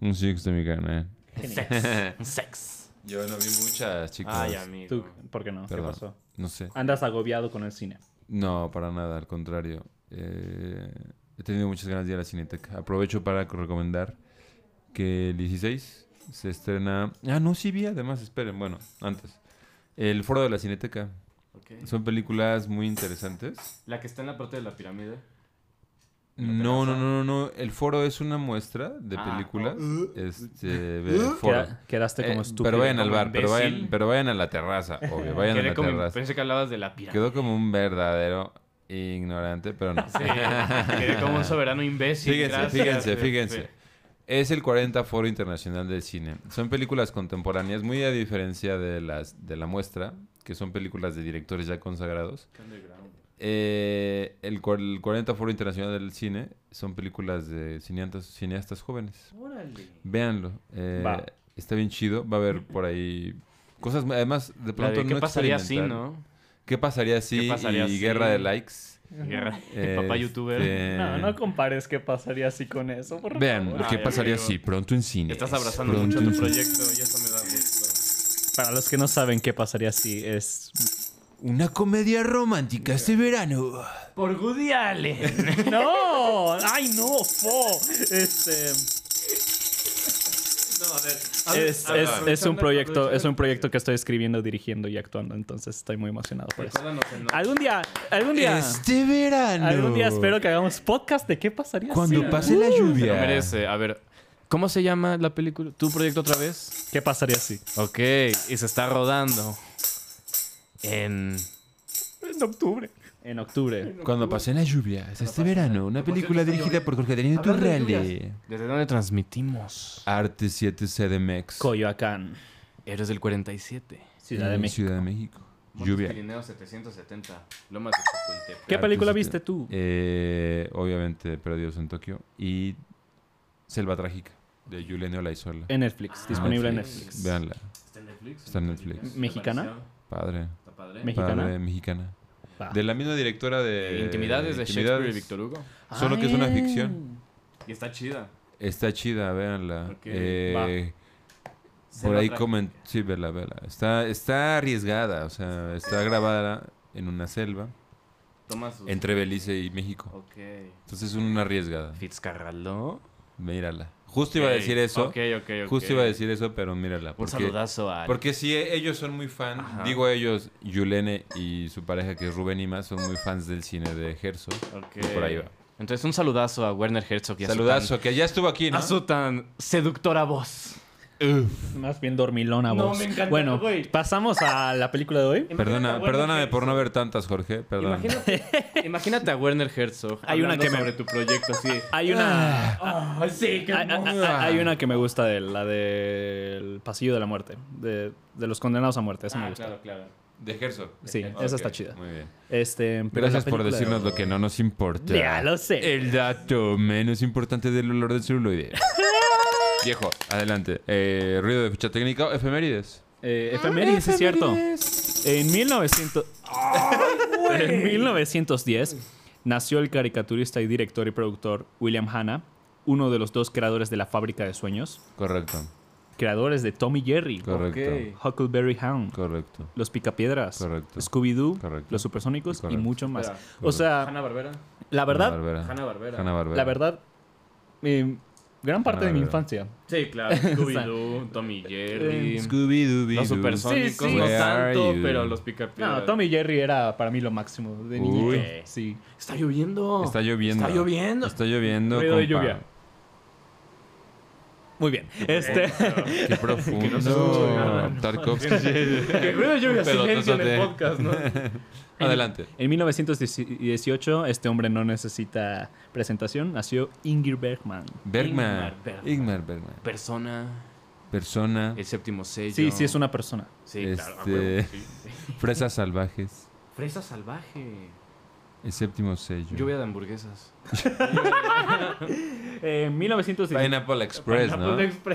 Speaker 3: Un sixto, mi carnal.
Speaker 4: Un 6.
Speaker 3: Yo no vi muchas, chicos.
Speaker 4: Ay, amigo.
Speaker 1: ¿Tú, ¿Por qué no?
Speaker 3: Perdón.
Speaker 1: ¿Qué pasó?
Speaker 3: No sé.
Speaker 1: Andas agobiado con el cine.
Speaker 3: No, para nada, al contrario. Eh, he tenido muchas ganas de ir a la Cineteca. Aprovecho para co- recomendar que el 16 se estrena. Ah, no, sí vi, además, esperen, bueno, antes. El foro de la Cineteca.
Speaker 4: Ok.
Speaker 3: Son películas muy interesantes.
Speaker 4: La que está en la parte de la pirámide.
Speaker 3: No, no, no, no, no. El foro es una muestra de
Speaker 4: Ah.
Speaker 3: películas. Este, ve el foro.
Speaker 1: ¿Eh? Queda- quedaste
Speaker 3: Eh,
Speaker 1: como estúpido.
Speaker 3: pero vayan al bar, pero vayan,
Speaker 4: imbécil.
Speaker 3: pero vayan a la terraza, obvio, vayan a
Speaker 4: Quedé
Speaker 3: la
Speaker 4: como-
Speaker 3: terraza.
Speaker 4: pensé que hablabas de la pirámide.
Speaker 3: Quedó como un verdadero ignorante, pero no.
Speaker 4: Sí, quedé como un soberano imbécil.
Speaker 3: Fíjense,
Speaker 4: gracias.
Speaker 3: fíjense,
Speaker 4: Sí,
Speaker 3: fíjense.
Speaker 4: sí.
Speaker 3: Es el 40 Foro Internacional del Cine. Son películas contemporáneas, muy a diferencia de las de la muestra, que son películas de directores ya consagrados. Eh, el, cua- el 40 Foro Internacional del Cine son películas de cineantas- cineastas jóvenes. Véanlo. eh,
Speaker 1: Va.
Speaker 3: Está bien chido. Va a haber por ahí cosas. Además, de
Speaker 4: La de
Speaker 3: pronto no
Speaker 4: ¿Qué pasaría así,
Speaker 3: experimental.
Speaker 4: no?
Speaker 3: ¿Qué pasaría si?
Speaker 4: ¿Qué pasaría
Speaker 3: y
Speaker 4: si?
Speaker 3: guerra de likes.
Speaker 4: Guerra. Papá youtuber.
Speaker 3: Este,
Speaker 4: Eh.
Speaker 1: No, no compares qué pasaría así con eso. por
Speaker 3: Vean,
Speaker 1: favor.
Speaker 4: Ah,
Speaker 3: ¿qué
Speaker 4: ya
Speaker 3: pasaría
Speaker 4: digo.
Speaker 3: si pronto en cine?
Speaker 4: Estás abrazando mucho tu proyecto y eso me da gusto.
Speaker 1: Para los que no saben qué pasaría si es.
Speaker 3: Una comedia romántica este verano.
Speaker 4: Por Woody Allen.
Speaker 1: ¡No! ¡Ay, no! ¡Fo! Este. Es, es- es un proyecto, es un proyecto que estoy escribiendo, dirigiendo y actuando, entonces estoy muy emocionado por eso. Algún día, algún día,
Speaker 3: Este verano.
Speaker 1: algún día espero que hagamos podcast de qué pasaría
Speaker 3: Cuando
Speaker 1: si-
Speaker 3: pase la
Speaker 4: Se lo
Speaker 3: lluvia.
Speaker 4: merece. A ver, ¿cómo se llama la película? ¿Tu proyecto otra vez?
Speaker 1: ¿Qué pasaría si?
Speaker 4: Ok, y se está rodando. En...
Speaker 1: En octubre. En octubre.
Speaker 3: Cuando pase la lluvia. Es este verano. Una película dirigida por Jorge Daniel Turrale.
Speaker 4: ¿Desde dónde transmitimos? Ah,
Speaker 3: Arte 7 CDMX.
Speaker 1: Coyoacán,
Speaker 4: Héroes del 47.
Speaker 1: Ciudad de
Speaker 3: en
Speaker 1: México.
Speaker 3: Ciudad de México. Lluvia.
Speaker 4: Pirineo 770. Lomas de Chapultepec.
Speaker 1: ¿Qué
Speaker 3: Arte
Speaker 1: película
Speaker 3: siete-
Speaker 1: viste tú?
Speaker 3: Eh, obviamente, Perdidos en Tokio. Y Selva Trágica, de Julián Olaizola.
Speaker 1: En
Speaker 3: Ah,
Speaker 1: Netflix, disponible en Netflix.
Speaker 3: Veanla.
Speaker 4: Está en Netflix.
Speaker 3: Está en Netflix.
Speaker 1: ¿Mexicana?
Speaker 3: Padre.
Speaker 4: Está padre.
Speaker 1: Mex- ¿Mexicana?
Speaker 3: Padre, mexicana.
Speaker 1: Va.
Speaker 3: De la misma directora de...
Speaker 4: Intimidades de Shakespeare y Víctor Hugo.
Speaker 3: Solo que es una
Speaker 1: Ah.
Speaker 3: ficción.
Speaker 4: Y está chida.
Speaker 3: Está chida, véanla.
Speaker 4: Ok,
Speaker 3: Eh, por
Speaker 4: Selva
Speaker 3: ahí
Speaker 4: Trágica.
Speaker 3: comen... Sí, vela, vela. Está, está arriesgada, o sea, está grabada en una selva
Speaker 4: Toma sus...
Speaker 3: entre Belice y México.
Speaker 4: Ok.
Speaker 3: Entonces es una arriesgada.
Speaker 4: Fitzcarraldo.
Speaker 3: Mírala. Justo iba a decir eso.
Speaker 4: Ok, ok, ok.
Speaker 3: Justo iba a decir eso, pero mírala.
Speaker 4: Un
Speaker 3: Porque,
Speaker 4: saludazo a...
Speaker 3: porque sí, e- ellos son muy fan.
Speaker 4: Ajá.
Speaker 3: Digo ellos, Yulene y su pareja que es Rubén Ima, son muy fans del cine de Herzog.
Speaker 4: Ok.
Speaker 3: por ahí va.
Speaker 4: Entonces, un saludazo a Werner Herzog y a su
Speaker 3: Saludazo,
Speaker 4: tan-
Speaker 3: que ya estuvo aquí, ¿no?
Speaker 4: a Ah, su tan seductora voz.
Speaker 1: Más bien dormilona
Speaker 6: No,
Speaker 1: voz.
Speaker 6: me encantó,
Speaker 1: bueno,
Speaker 6: güey.
Speaker 1: pasamos a la película de hoy.
Speaker 3: Perdona, perdóname por no ver tantas, Jorge. Perdón.
Speaker 4: Imagínate, imagínate a Werner Herzog.
Speaker 1: Hay una
Speaker 4: hablando
Speaker 1: que me-
Speaker 4: sobre tu proyecto así. de,
Speaker 1: Hay una,
Speaker 6: Ah, sí, qué
Speaker 1: hay, hay-
Speaker 6: hermoso.
Speaker 1: hay una que me gusta de él, la del pasillo de la muerte, de, de los condenados a muerte. Esa me gusta.
Speaker 4: Ah, claro, claro.
Speaker 3: De Herzog.
Speaker 1: Sí,
Speaker 3: Ok,
Speaker 1: esa está chida.
Speaker 3: Muy bien.
Speaker 1: Este, pero
Speaker 3: Gracias
Speaker 1: la
Speaker 3: por
Speaker 1: película de
Speaker 3: decirnos
Speaker 1: hoy-
Speaker 3: lo que no nos importa.
Speaker 1: Ya lo
Speaker 4: Eh,
Speaker 1: sé.
Speaker 3: El dato menos importante del olor del celuloide. Viejo, adelante. Eh, ruido de ficha técnica, o efemérides.
Speaker 1: Eh, efemérides, es cierto. En 1900... en 1910 nació el caricaturista y director y productor William Hanna, uno de los dos creadores de la Fábrica de Sueños,
Speaker 3: Correcto,
Speaker 1: creadores de Tommy Jerry,
Speaker 3: correcto,
Speaker 4: Ok.
Speaker 1: Huckleberry Hound,
Speaker 3: correcto.
Speaker 1: Los Picapiedras,
Speaker 3: Correcto.
Speaker 1: Scooby-Doo,
Speaker 3: Correcto.
Speaker 1: Los Supersónicos
Speaker 3: Correcto.
Speaker 1: y mucho más.
Speaker 4: Espera.
Speaker 1: O sea,
Speaker 4: Hanna Barbera.
Speaker 1: la verdad,
Speaker 3: Hanna
Speaker 4: Barbera.
Speaker 3: Ah. Hanna Barbera.
Speaker 1: la verdad, eh, gran parte de mi
Speaker 3: Hanna-Barbera.
Speaker 1: infancia.
Speaker 4: Sí, claro. Scooby-Doo, Tommy Jerry.
Speaker 3: Scooby Dooby.
Speaker 4: Los supersónicos,
Speaker 1: Sí, sí.
Speaker 4: no
Speaker 3: Eh, Where are
Speaker 4: tanto,
Speaker 3: you?
Speaker 4: pero los picapiedras.
Speaker 1: No, Tommy Jerry era para mí lo máximo de niñito.
Speaker 3: Uy.
Speaker 1: Sí.
Speaker 4: Está lloviendo.
Speaker 3: Está lloviendo.
Speaker 4: Está lloviendo.
Speaker 3: Está lloviendo.
Speaker 1: Ruido de
Speaker 3: compa.
Speaker 1: lluvia. Muy bien. Este,
Speaker 3: Qué profundo.
Speaker 4: escuche nada,
Speaker 3: Tarkovsky.
Speaker 4: Que ruido de lluvia,
Speaker 3: Un
Speaker 4: silencio en el
Speaker 3: pelotazote.
Speaker 4: podcast, ¿no?
Speaker 3: Adelante.
Speaker 1: en 1918, este hombre no necesita presentación, nació Ingrid Bergman.
Speaker 3: Bergman.
Speaker 4: Ingmar Bergman.
Speaker 3: Ingmar Bergman.
Speaker 4: Persona,
Speaker 3: Persona.
Speaker 4: el séptimo sello.
Speaker 1: Sí, sí, es una persona.
Speaker 4: Sí, claro. a
Speaker 3: Este-
Speaker 4: huevo, sí.
Speaker 3: Fresas salvajes.
Speaker 4: Fresa salvaje.
Speaker 3: El séptimo sello.
Speaker 4: Lluvia de hamburguesas.
Speaker 1: En 1916
Speaker 3: Pineapple Express, ¿no?
Speaker 4: Pineapple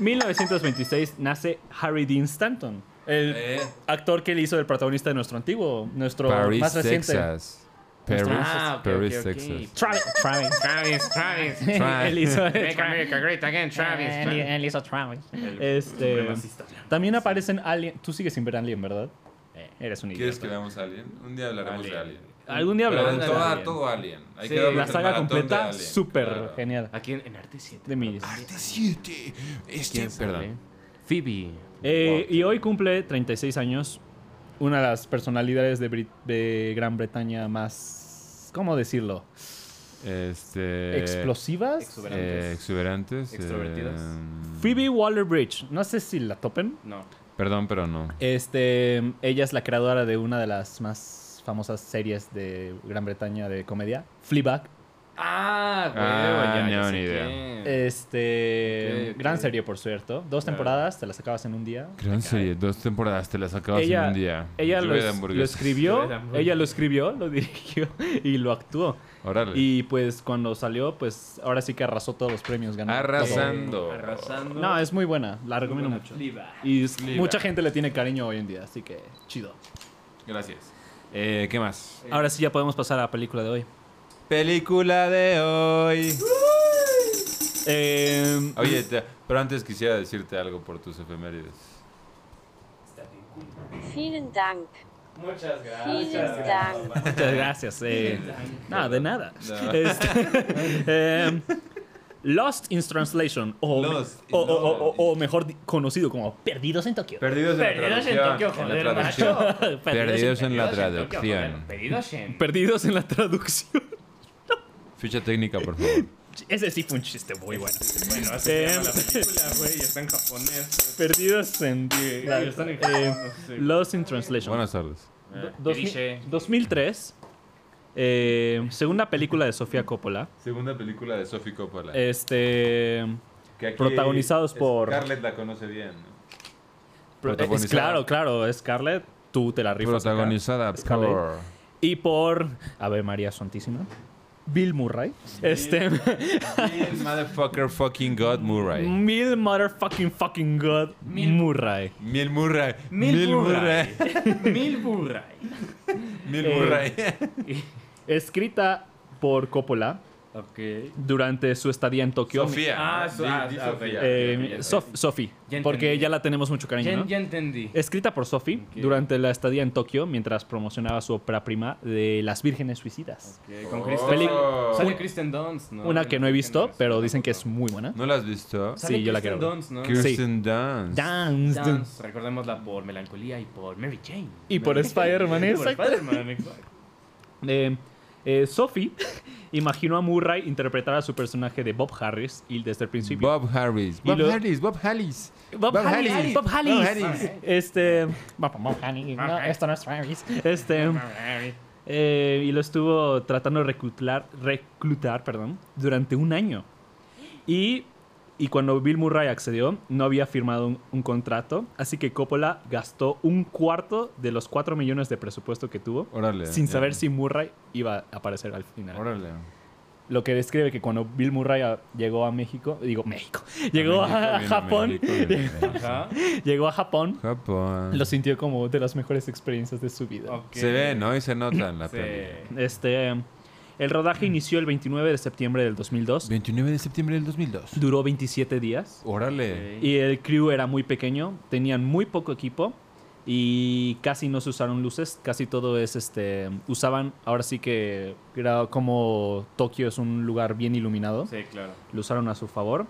Speaker 1: 1926 nace Harry Dean Stanton, el
Speaker 3: Eh,
Speaker 1: actor que le hizo el protagonista de nuestro antiguo, nuestro
Speaker 3: Paris,
Speaker 1: más reciente.
Speaker 3: Texas. Paris,
Speaker 4: Ah, ok,
Speaker 3: Paris,
Speaker 4: ok, ok.
Speaker 3: Texas.
Speaker 1: Travis. Travis.
Speaker 4: Travis, Travis.
Speaker 3: Travis.
Speaker 1: él hizo
Speaker 4: Make America Great Again, Travis.
Speaker 1: Él,
Speaker 4: Travis.
Speaker 1: él hizo Travis.
Speaker 4: El
Speaker 1: Este,
Speaker 4: supremacista.
Speaker 1: también aparecen Alien. Tú sigues sin ver Alien, ¿verdad?
Speaker 4: Eh,
Speaker 1: Eres un
Speaker 3: ¿Quieres
Speaker 1: idiota.
Speaker 3: que veamos Alien? Un día hablaremos de Alien.
Speaker 1: Algún día
Speaker 3: Pero
Speaker 1: hablaremos
Speaker 3: de
Speaker 1: de
Speaker 3: toda-
Speaker 1: Alien.
Speaker 3: todo Alien. Hay
Speaker 4: Sí,
Speaker 3: que darnos
Speaker 1: La
Speaker 3: el
Speaker 1: saga
Speaker 3: maratón de
Speaker 1: completa,
Speaker 3: Alien.
Speaker 1: súper
Speaker 3: Claro.
Speaker 1: genial.
Speaker 4: Aquí en, en Arte 7.
Speaker 1: De mis.
Speaker 4: Arte
Speaker 3: 17. Este,
Speaker 4: 7.
Speaker 3: perdón.
Speaker 4: Phoebe.
Speaker 1: Eh, y hoy cumple 36 años una de las personalidades de, Brit- de Gran Bretaña más, ¿cómo decirlo?
Speaker 4: Eh,
Speaker 3: Este.
Speaker 1: ¿Explosivas?
Speaker 4: exuberantes.
Speaker 3: eh, exuberantes.
Speaker 4: Extrovertidas.
Speaker 3: eh,
Speaker 1: Phoebe Waller-Bridge, no sé si la topen.
Speaker 4: No.
Speaker 3: Perdón, pero no.
Speaker 1: Este, ella es la creadora de una de las más famosas series de Gran Bretaña de comedia, Fleabag.
Speaker 4: Ah, güey,
Speaker 3: Ah,
Speaker 4: ya, ya
Speaker 3: no,
Speaker 4: sé
Speaker 3: ni idea.
Speaker 1: Eh,
Speaker 4: quién.
Speaker 1: Este,
Speaker 4: Ok, ok.
Speaker 1: gran serie, por cierto. Dos
Speaker 4: Claro.
Speaker 1: temporadas, te las acabas en un día.
Speaker 3: Gran serie, dos temporadas te las acabas
Speaker 1: Ella-
Speaker 3: en un día.
Speaker 1: Ella
Speaker 3: Lluvia
Speaker 1: lo,
Speaker 3: de
Speaker 1: es- lo
Speaker 3: hamburguesas.
Speaker 1: escribió,
Speaker 4: Lluvia de hamburguesas.
Speaker 1: ella lo escribió, lo dirigió y lo actuó.
Speaker 3: Órale.
Speaker 1: Y pues cuando salió, pues ahora sí que arrasó todos los premios ganó
Speaker 3: Arrasando.
Speaker 1: todo.
Speaker 4: Arrasando.
Speaker 1: No, es muy buena, la recomiendo
Speaker 4: Buena
Speaker 1: mucho.
Speaker 4: fliba.
Speaker 1: Y es- mucha gente le tiene cariño hoy en día, así que chido.
Speaker 3: Gracias. Eh, ¿Qué más?
Speaker 1: Ahora sí ya podemos pasar a la película de hoy.
Speaker 3: Película de hoy.
Speaker 1: Eh,
Speaker 3: Oye, te- pero antes quisiera decirte algo por tus efemérides.
Speaker 5: Vielen Dank.
Speaker 2: Muchas
Speaker 4: Ah,
Speaker 5: Vielen Dank.
Speaker 1: muchas gracias. eh. No, de nada.
Speaker 3: No.
Speaker 1: Este, eh, Lost in Translation, o, me-
Speaker 3: Lost in
Speaker 1: o- o- o-
Speaker 3: Translation.
Speaker 1: o mejor di- conocido como Perdidos en Tokio.
Speaker 3: Perdidos en la traducción. En la traducción. Perdidos en la traducción.
Speaker 4: Pedidos en.
Speaker 1: Perdidos en la traducción.
Speaker 3: Ficha técnica, por favor.
Speaker 1: Ese sí fue un chiste muy bueno.
Speaker 2: Bueno, así se llama
Speaker 1: Eh.
Speaker 2: la película, güey, y está en japonés.
Speaker 1: Perdidos en... la-
Speaker 2: Están en
Speaker 1: eh,
Speaker 2: japonés, sí.
Speaker 1: Lost in Translation.
Speaker 3: Buenas tardes.
Speaker 1: Do-
Speaker 4: Eh, ¿Qué
Speaker 1: dos
Speaker 4: dice?
Speaker 1: mil- 2003, eh, segunda película de Sofía Coppola,
Speaker 3: Segunda película de Sophie Coppola.
Speaker 1: este,
Speaker 3: que aquí
Speaker 1: Eh, protagonizados por-
Speaker 3: Scarlett la conoce bien. ¿no?
Speaker 1: pro- es,
Speaker 3: Protagonizada.
Speaker 1: claro, claro, Scarlett, tú te la rifas. acá.
Speaker 3: Protagonizada
Speaker 1: Scarlett.
Speaker 3: por.
Speaker 1: Y por Ave María Santísima, Bill Murray, este,
Speaker 3: Bill Motherfucker fucking God Murray.
Speaker 1: Mil motherfucking fucking God Murray.
Speaker 3: Mil Murray.
Speaker 4: Mil, Murray. Mil Murray.
Speaker 3: Mil
Speaker 1: Eh,
Speaker 3: Murray.
Speaker 1: Escrita por Coppola
Speaker 4: Ok.
Speaker 1: durante su estadía en Tokio.
Speaker 3: Sofía.
Speaker 4: Ah, so-
Speaker 3: Di-
Speaker 4: ah,
Speaker 3: di
Speaker 4: ah, ok,
Speaker 3: Sofía.
Speaker 1: Eh,
Speaker 4: ya, ya, ya.
Speaker 1: Sof- Sophie,
Speaker 4: Ya
Speaker 1: porque
Speaker 4: entendí.
Speaker 1: ya la tenemos mucho cariño,
Speaker 4: Ya,
Speaker 1: ¿no?
Speaker 4: ya entendí.
Speaker 1: Escrita por Sophie
Speaker 4: Ok.
Speaker 1: durante la estadía en Tokio mientras promocionaba su ópera prima de Las Vírgenes Suicidas.
Speaker 4: Ok, Con
Speaker 3: Oh.
Speaker 4: Kristen-
Speaker 3: Peli-
Speaker 4: Sale
Speaker 1: Un-
Speaker 4: Kristen Dunst, ¿no?
Speaker 1: Una que no he visto,
Speaker 4: Kristen
Speaker 1: pero
Speaker 4: Dunst.
Speaker 1: dicen que es muy buena.
Speaker 3: ¿No la has visto?
Speaker 4: Sale
Speaker 1: Sí, yo la quiero
Speaker 4: Kristen
Speaker 1: ver.
Speaker 4: Dunst, ¿no?
Speaker 3: Kirsten Dunst.
Speaker 1: Dance.
Speaker 4: Dunst, recordémosla por Melancolía y por Mary Jane.
Speaker 1: Y por Spider-Man,
Speaker 4: Y
Speaker 1: exacto.
Speaker 4: Spider-Man, exacto.
Speaker 1: Eh, Eh, Sophie imaginó a Murray interpretar a su personaje de Bob Harris y desde el principio.
Speaker 3: Bob Harris. Bob
Speaker 1: lo-
Speaker 3: Harris. Bob Harris.
Speaker 1: Bob, Harris, Bob Harris.
Speaker 3: Harris.
Speaker 1: Este. Bob, Bob Harris. No, esto no es Harris. Este. eh, y lo estuvo tratando de reclutar, reclutar perdón, durante un año. Y, y cuando Bill Murray accedió, no había firmado un, un contrato. Así que Coppola gastó un cuarto de los 4 millones de presupuesto que tuvo.
Speaker 3: Órale.
Speaker 1: Sin
Speaker 3: ya.
Speaker 1: saber si Murray iba a aparecer al final.
Speaker 3: Órale.
Speaker 1: Lo que describe que cuando Bill Murray a- llegó a México, digo México, llegó a,
Speaker 3: México,
Speaker 1: a
Speaker 3: viene
Speaker 1: Japón,
Speaker 3: México, viene México.
Speaker 2: Ajá.
Speaker 1: llegó a Japón,
Speaker 3: Japón.
Speaker 1: lo sintió como de las mejores experiencias de su vida.
Speaker 2: Ok.
Speaker 3: Se ve, ¿no? Y se nota en la peli.
Speaker 2: Sí.
Speaker 1: Este, el rodaje inició el 29 de septiembre del 2002,
Speaker 3: 29 de septiembre del 2002.
Speaker 1: duró 27 días
Speaker 3: Órale.
Speaker 1: y el crew era muy pequeño, tenían muy poco equipo y casi no se usaron luces, casi todo es este, usaban, ahora sí que era como Tokio es un lugar bien iluminado.
Speaker 2: Sí, claro.
Speaker 1: lo usaron a su favor.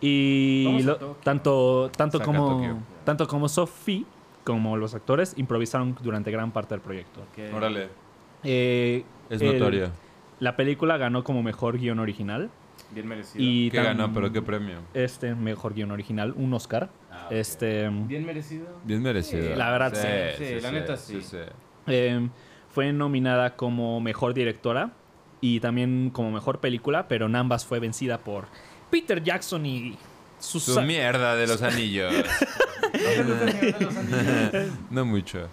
Speaker 1: Y
Speaker 2: Vamos a
Speaker 1: lo-
Speaker 2: Tokio.
Speaker 1: tanto, tanto,
Speaker 3: Saca
Speaker 1: como,
Speaker 3: Tokio.
Speaker 1: tanto como Sophie como los actores improvisaron durante gran parte del proyecto.
Speaker 2: Ok.
Speaker 3: Órale.
Speaker 1: Eh,
Speaker 3: Es
Speaker 1: el-
Speaker 3: notoria.
Speaker 1: La película ganó como mejor guión original.
Speaker 2: Bien merecido.
Speaker 1: Y
Speaker 3: ¿Qué
Speaker 1: tam-
Speaker 3: ganó? ¿Pero qué premio?
Speaker 1: Este mejor guión original, un Oscar.
Speaker 2: Ah, ok.
Speaker 1: Este
Speaker 2: Bien merecido.
Speaker 3: Bien merecido.
Speaker 1: Sí, la verdad,
Speaker 2: sí. Sí, la neta, sí.
Speaker 1: eh, fue nominada como mejor directora y también como mejor película, pero en ambas fue vencida por Peter Jackson y
Speaker 3: Su
Speaker 1: Susan.
Speaker 3: mierda de los anillos. no mucho.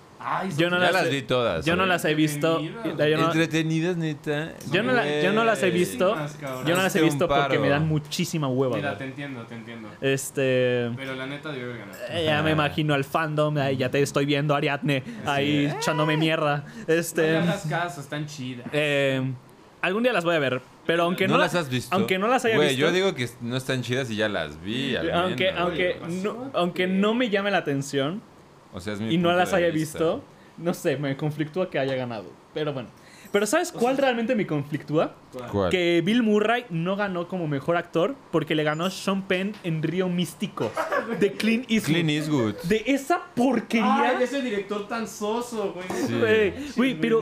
Speaker 1: Yo no
Speaker 3: ya
Speaker 1: las,
Speaker 3: las vi todas.
Speaker 1: yo no
Speaker 3: ¿eh?
Speaker 1: las he visto.
Speaker 2: Entretenidas.
Speaker 1: yo no-
Speaker 3: Entretenidas, neta.
Speaker 1: Yo no, la- yo no las he
Speaker 3: Güey.
Speaker 1: visto.
Speaker 2: Muchísimas, cabrón.
Speaker 1: Yo no las he
Speaker 3: Hazte un
Speaker 1: visto porque
Speaker 3: paro.
Speaker 1: me dan muchísima hueva.
Speaker 2: Mira,
Speaker 1: güey.
Speaker 2: te entiendo, te entiendo.
Speaker 1: Este.
Speaker 2: Pero la neta debió haber ganado.
Speaker 1: eh, Ya me imagino al fandom. ay, ya te estoy viendo, Ariadne. Ahí echándome mierda. Este.
Speaker 2: No le hagas caso, están chidas.
Speaker 1: eh, algún día las voy a ver. Pero aunque no,
Speaker 3: no
Speaker 1: la-
Speaker 3: las has visto.
Speaker 1: Aunque no las haya
Speaker 3: Güey,
Speaker 1: visto.
Speaker 3: yo digo que no están chidas y ya las vi. al
Speaker 1: aunque,
Speaker 3: menos,
Speaker 1: aunque,
Speaker 3: güey.
Speaker 1: no, aunque no me llame la atención
Speaker 3: O sea, es mi
Speaker 1: y no
Speaker 3: punto
Speaker 1: las
Speaker 3: de
Speaker 1: haya
Speaker 3: vista.
Speaker 1: visto, no sé, me conflictúa que haya ganado. Pero bueno. Pero ¿sabes cuál realmente me conflictúa?
Speaker 3: ¿Cuál?
Speaker 1: que Bill Murray no ganó como mejor actor porque le ganó Sean Penn en Río Místico de Clint Eastwood.
Speaker 3: Clint Eastwood.
Speaker 1: De esa porquería.
Speaker 2: Ay, ese director tan soso, güey.
Speaker 3: Sí.
Speaker 1: güey, güey, pero